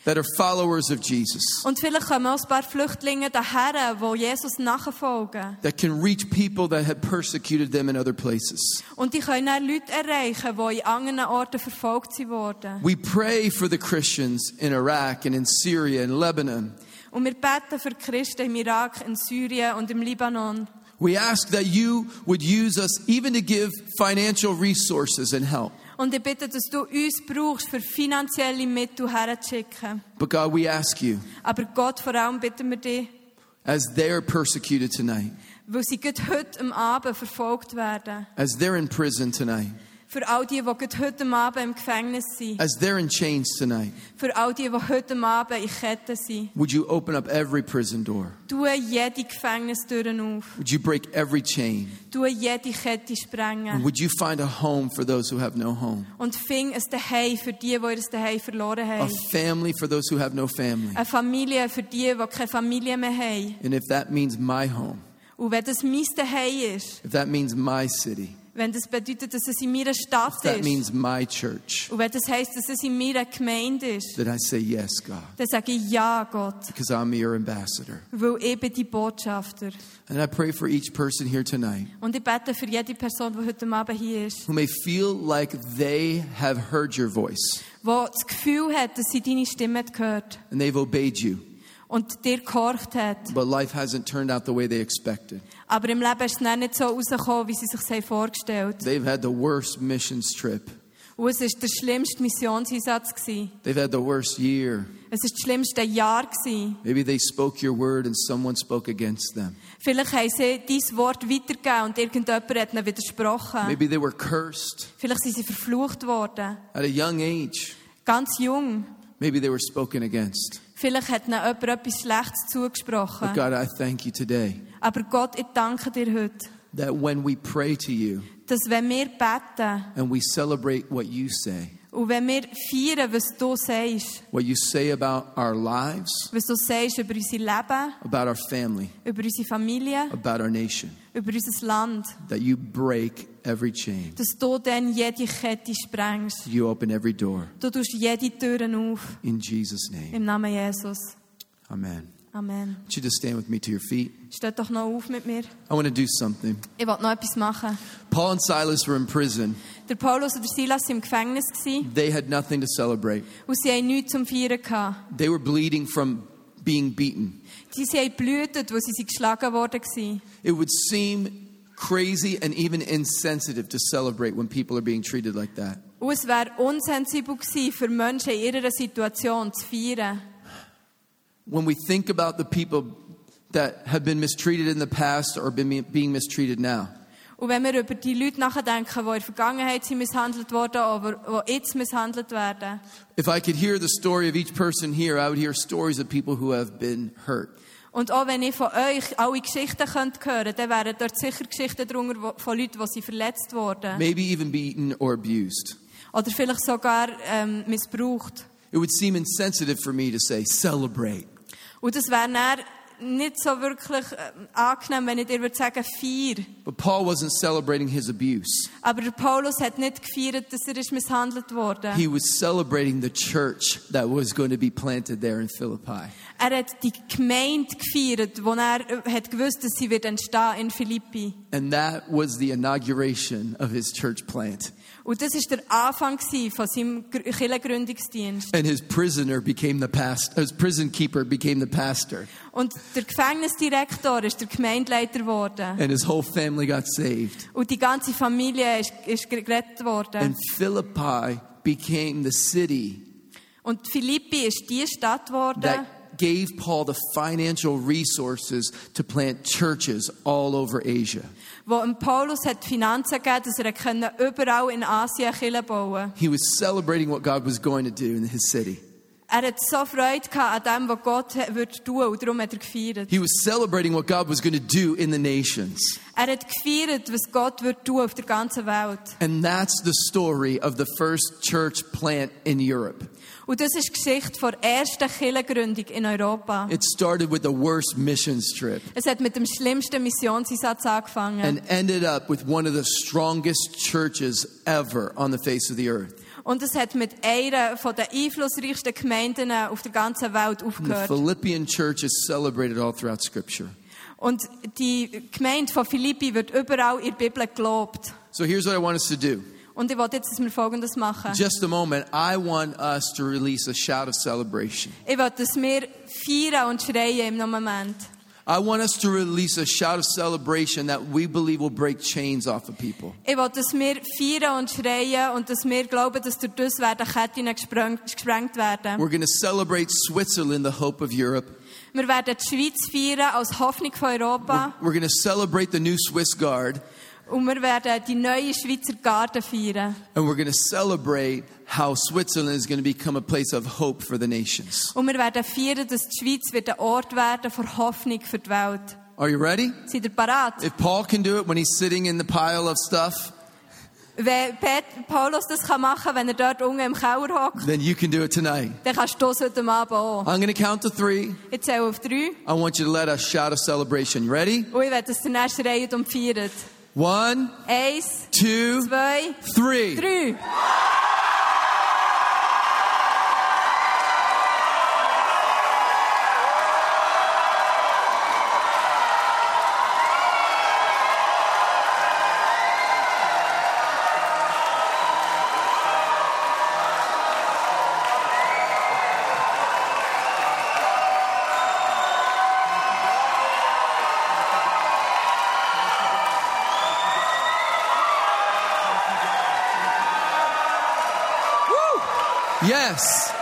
Speaker 1: that are followers of Jesus,
Speaker 2: Und vielleicht kommen auch ein paar Flüchtlinge daher, die Jesus nachfolgen.
Speaker 1: that can reach people that had persecuted them in other places.
Speaker 2: Und die können dann Leute erreichen, die in anderen Orten verfolgt sie wurden.
Speaker 1: We pray for the Christians in Iraq and in Syria and Lebanon.
Speaker 2: Und wir beten für die Christen im Irak, in Syrien und im Libanon.
Speaker 1: We ask that you would use us even to give financial resources and help.
Speaker 2: Und ich bitte, dass du uns brauchst, für finanzielle Mittel herzuschicken.
Speaker 1: But God, we ask you,
Speaker 2: Aber Gott, vor allem bitten wir dich,
Speaker 1: as they're persecuted tonight,
Speaker 2: weil sie gerade heute am Abend verfolgt werden.
Speaker 1: as they're in prison tonight,
Speaker 2: Für all die, die gerade heute am Abend im Gefängnis sind.
Speaker 1: as they're in chains tonight,
Speaker 2: Für all die, die heute am Abend in Ketten sind.
Speaker 1: would you open up every prison door?
Speaker 2: Tu jede Gefängnistür auf.
Speaker 1: Would you break every chain?
Speaker 2: Tu jede Kette
Speaker 1: And
Speaker 2: sprengen.
Speaker 1: would you find a home for those who have no home?
Speaker 2: Und fing ein Zuhause für die, die ihr Zuhause verloren
Speaker 1: A
Speaker 2: haben.
Speaker 1: family for those who have no family.
Speaker 2: Eine Familie für die, die keine Familie mehr haben.
Speaker 1: And if that means my home,
Speaker 2: Und wenn das mein Zuhause ist,
Speaker 1: if that means my city,
Speaker 2: wenn das bedeutet, dass es in meiner Stadt
Speaker 1: if that
Speaker 2: ist,
Speaker 1: means my church,
Speaker 2: und wenn das heisst, dass es in meiner Gemeinde ist,
Speaker 1: then I say yes, God,
Speaker 2: dann sage ich Ja, Gott,
Speaker 1: because I'm your ambassador.
Speaker 2: weil ich bin die Botschafter.
Speaker 1: And I pray for each person here tonight
Speaker 2: Und ich bete für jede Person, die heute Abend hier ist,
Speaker 1: who may feel like they have heard your voice
Speaker 2: die das Gefühl hat, dass sie deine Stimme gehört
Speaker 1: and they've obeyed you,
Speaker 2: und dir gehorcht hat.
Speaker 1: but life hasn't turned out the way they expected.
Speaker 2: Aber im Leben ist es dann nicht so rausgekommen, wie sie sich haben vorgestellt haben.
Speaker 1: They've had the worst missions trip,
Speaker 2: Und es war der schlimmste Missionseinsatz. gewesen.
Speaker 1: they've had the worst year.
Speaker 2: Es war das schlimmste Jahr. gewesen.
Speaker 1: Maybe they spoke your word and someone spoke against them.
Speaker 2: Vielleicht haben sie dein Wort weitergegeben und irgendjemand hat ihnen widersprochen.
Speaker 1: Maybe they were cursed
Speaker 2: Vielleicht sind sie verflucht worden.
Speaker 1: at a young age.
Speaker 2: Ganz jung.
Speaker 1: Maybe they were spoken against.
Speaker 2: Vielleicht hat ihnen jemand etwas Schlechtes
Speaker 1: But
Speaker 2: zugesprochen.
Speaker 1: God, I thank you today
Speaker 2: Aber Gott, ich danke dir heute,
Speaker 1: that when we pray to you
Speaker 2: dass wenn wir beten
Speaker 1: and we celebrate what you say,
Speaker 2: und wenn wir feiern, was du sagst,
Speaker 1: what you say about our lives,
Speaker 2: was du sagst über unser Leben,
Speaker 1: about our family,
Speaker 2: über unsere Familie,
Speaker 1: about our nation,
Speaker 2: über unser Land,
Speaker 1: that you break every chain,
Speaker 2: dass du dann jede Kette sprengst.
Speaker 1: you open every door.
Speaker 2: Du tust jede Tür auf.
Speaker 1: In Jesus' name,
Speaker 2: Im Namen Jesus.
Speaker 1: amen.
Speaker 2: Amen.
Speaker 1: Would you just stand with me to your feet?
Speaker 2: Steh doch noch auf mit mir.
Speaker 1: I want to do something.
Speaker 2: Ich will noch etwas machen.
Speaker 1: Paul and Silas were in prison.
Speaker 2: Der Paulus und der Silas waren im Gefängnis gewesen
Speaker 1: They had nothing to celebrate.
Speaker 2: und sie haben nichts zum Feiern gehabt.
Speaker 1: They were bleeding from being beaten.
Speaker 2: Sie sie haben blühtet, wo sie sind geschlagen worden waren.
Speaker 1: It would seem crazy and even insensitive to celebrate when people are being treated like that.
Speaker 2: Und es wäre unsensibel gewesen, für Menschen in ihrer Situation zu feiern.
Speaker 1: When we think about the people that have been mistreated in the past or been being mistreated now,
Speaker 2: Und wenn wir über die Leute nachdenken, die in der Vergangenheit sind misshandelt wurden oder die jetzt misshandelt werden.
Speaker 1: if I could hear the story of each person here, I would hear stories of people who have been hurt.
Speaker 2: Und auch wenn ich von euch alle Geschichten könnt hören dann wären dort sicher Geschichten drunter wo- von Leuten, die sie verletzt wurden.
Speaker 1: maybe even beaten or abused.
Speaker 2: Oder vielleicht sogar ähm, missbraucht.
Speaker 1: It would seem insensitive for me to say, celebrate.
Speaker 2: Und es wäre dann nicht so wirklich ähm, angenehm, wenn ich dir würde sagen, feier.
Speaker 1: But Paul wasn't celebrating his abuse,
Speaker 2: Aber der Paulus hat nicht gefeiert, dass er ist misshandelt wurde.
Speaker 1: he was celebrating the church that was going to be planted there in Philippi.
Speaker 2: Er hat die Gemeinde gefeiert, wo er äh, hat gewusst, dass sie wird entstehen in Philippi.
Speaker 1: And that was the inauguration of his church plant.
Speaker 2: Und das ist der Anfang gewesen von seinem Gr- Kirchengründungsdienst.
Speaker 1: And his prisoner became the pastor, his prison keeper became the pastor,
Speaker 2: Und der Gefängnisdirektor ist der Gemeindeleiter geworden.
Speaker 1: and his whole family got saved.
Speaker 2: Und die ganze Familie ist, ist gerettet worden.
Speaker 1: And Philippi became the city
Speaker 2: Und Philippi ist die Stadt geworden,
Speaker 1: that gave Paul the financial resources to plant churches all over Asia.
Speaker 2: wo dem Paulus hat die Finanzen gegeben, dass er konnte überall in Asien Kirchen bauen.
Speaker 1: He was celebrating what God was going to do in his city.
Speaker 2: Er hat so Freude gehabt an dem, was Gott he- würde tun, und darum hat er gefeiert.
Speaker 1: He was celebrating what God was going to do in the nations.
Speaker 2: Er hat gefeiert, was Gott würde tun auf der ganzen Welt.
Speaker 1: And that's the story of the first church plant in Europe.
Speaker 2: Und das ist die Geschichte der ersten Kirchengründung in Europa.
Speaker 1: It started with the worst missions trip
Speaker 2: Es hat mit dem schlimmsten Missionseinsatz angefangen.
Speaker 1: and ended up with one of the strongest churches ever on the face of the earth.
Speaker 2: Und, Und es hat mit einer von der einflussreichsten Gemeinden auf der ganzen Welt
Speaker 1: And the
Speaker 2: aufgehört.
Speaker 1: Philippian church is celebrated all throughout Scripture.
Speaker 2: Und die Gemeinde von Philippi wird überall in der Bibel gelobt.
Speaker 1: So here's what I want us to do.
Speaker 2: Und ich wollte jetzt, dass wir Folgendes machen.
Speaker 1: Just a moment, I want us to release a shout of celebration.
Speaker 2: Ich will, dass wir feiern und schreien im Moment.
Speaker 1: I want us to release a shout of celebration that we believe will break chains off of people.
Speaker 2: Ich will, dass wir feiern und schreien und dass wir glauben, dass durch das werden Ketten gesprengt- gesprengt werden.
Speaker 1: We're going to celebrate Switzerland, the hope of Europe.
Speaker 2: Wir werden die Schweiz feiern als Hoffnung von Europa
Speaker 1: We're going to celebrate the new Swiss Guard.
Speaker 2: und wir werden die neue Schweizer Garde feiern.
Speaker 1: And we're going to celebrate how Switzerland is going to become a place of hope for the nations.
Speaker 2: Und wir werden feiern, dass die Schweiz wird ein Ort werden für Hoffnung für die Welt.
Speaker 1: Are you ready?
Speaker 2: Seid ihr parat?
Speaker 1: If Paul can do it when he's sitting in the pile of stuff,
Speaker 2: Wenn Pet- Paulus das kann machen kann, wenn er dort unten im Keller hockt,
Speaker 1: then you can do it tonight.
Speaker 2: dann kannst du das heute Abend auch.
Speaker 1: I'm going to count to three.
Speaker 2: Ich zähle auf drei
Speaker 1: I want you to let us shout a celebration. Ready?
Speaker 2: und ich will, dass ihr dann schreit und feiert.
Speaker 1: One,
Speaker 2: Eins,
Speaker 1: two,
Speaker 2: zwei,
Speaker 1: three.
Speaker 2: drei.
Speaker 1: Yes.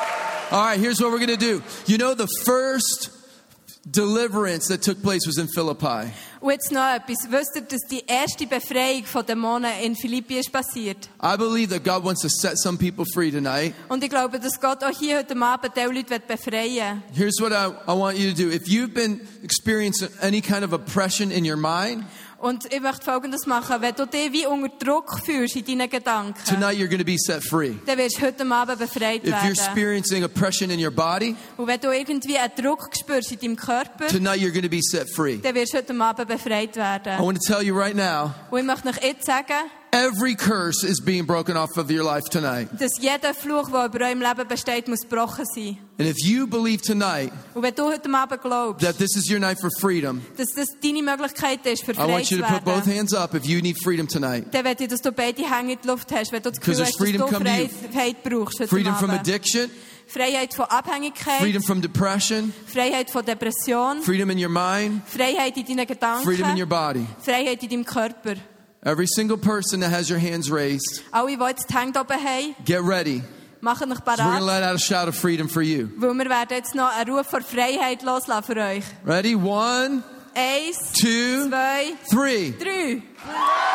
Speaker 1: All right, here's what we're going to do. You know, the first deliverance that took place was in Philippi.
Speaker 2: Und jetzt noch etwas. Wisst ihr, dass die erste Befreiung von Dämonen in Philippi ist passiert?
Speaker 1: I believe that God wants to set some people free tonight.
Speaker 2: Und ich glaube, dass Gott auch hier heute Abend diese Leute wird befreien will.
Speaker 1: Here's what I, I want you to do. If you've been experiencing any kind of oppression in your mind,
Speaker 2: Und ich möchte Folgendes machen. Wenn du dich wie unter Druck fühlst in deinen Gedanken,
Speaker 1: tonight you're going to be set free.
Speaker 2: dann wirst du heute Abend befreit
Speaker 1: If you're
Speaker 2: werden.
Speaker 1: experiencing oppression in your body,
Speaker 2: Und wenn du irgendwie einen Druck spürst in deinem Körper,
Speaker 1: tonight you're going to be set free.
Speaker 2: dann wirst du heute Abend befreit
Speaker 1: I
Speaker 2: werden.
Speaker 1: want to tell you right now
Speaker 2: Und ich möchte euch jetzt sagen,
Speaker 1: every curse is being broken off of your life tonight.
Speaker 2: dass jeder Fluch, der über eurem Leben besteht, muss gebrochen sein.
Speaker 1: And if you believe tonight
Speaker 2: Und wenn du heute Abend glaubst,
Speaker 1: that this is your night for freedom,
Speaker 2: dass das deine Möglichkeit ist, für
Speaker 1: I
Speaker 2: frei
Speaker 1: want you
Speaker 2: zu
Speaker 1: to put both
Speaker 2: werden,
Speaker 1: hands up if you need freedom tonight.
Speaker 2: dann will ich, dass du beide Hänge in die Luft hast, wenn du das Gefühl
Speaker 1: 'Cause
Speaker 2: hast, dass
Speaker 1: there's
Speaker 2: du
Speaker 1: freedom come to you.
Speaker 2: Freiheit brauchst heute
Speaker 1: Freedom from
Speaker 2: Abend.
Speaker 1: addiction,
Speaker 2: Freiheit von Abhängigkeit,
Speaker 1: freedom from depression,
Speaker 2: Freiheit von Depression,
Speaker 1: freedom in your mind,
Speaker 2: Freiheit in deinen Gedanken,
Speaker 1: freedom in your body.
Speaker 2: Freiheit in deinem Körper.
Speaker 1: Every single person that has your hands raised,
Speaker 2: Alle, die jetzt die Hände oben haben,
Speaker 1: get ready.
Speaker 2: machen euch
Speaker 1: We're going to
Speaker 2: parat,
Speaker 1: let out a shout of freedom for you.
Speaker 2: weil wir werden jetzt noch einen Ruf vor Freiheit loslassen für euch.
Speaker 1: Ready? One,
Speaker 2: Eins,
Speaker 1: two,
Speaker 2: zwei,
Speaker 1: three.
Speaker 2: drei.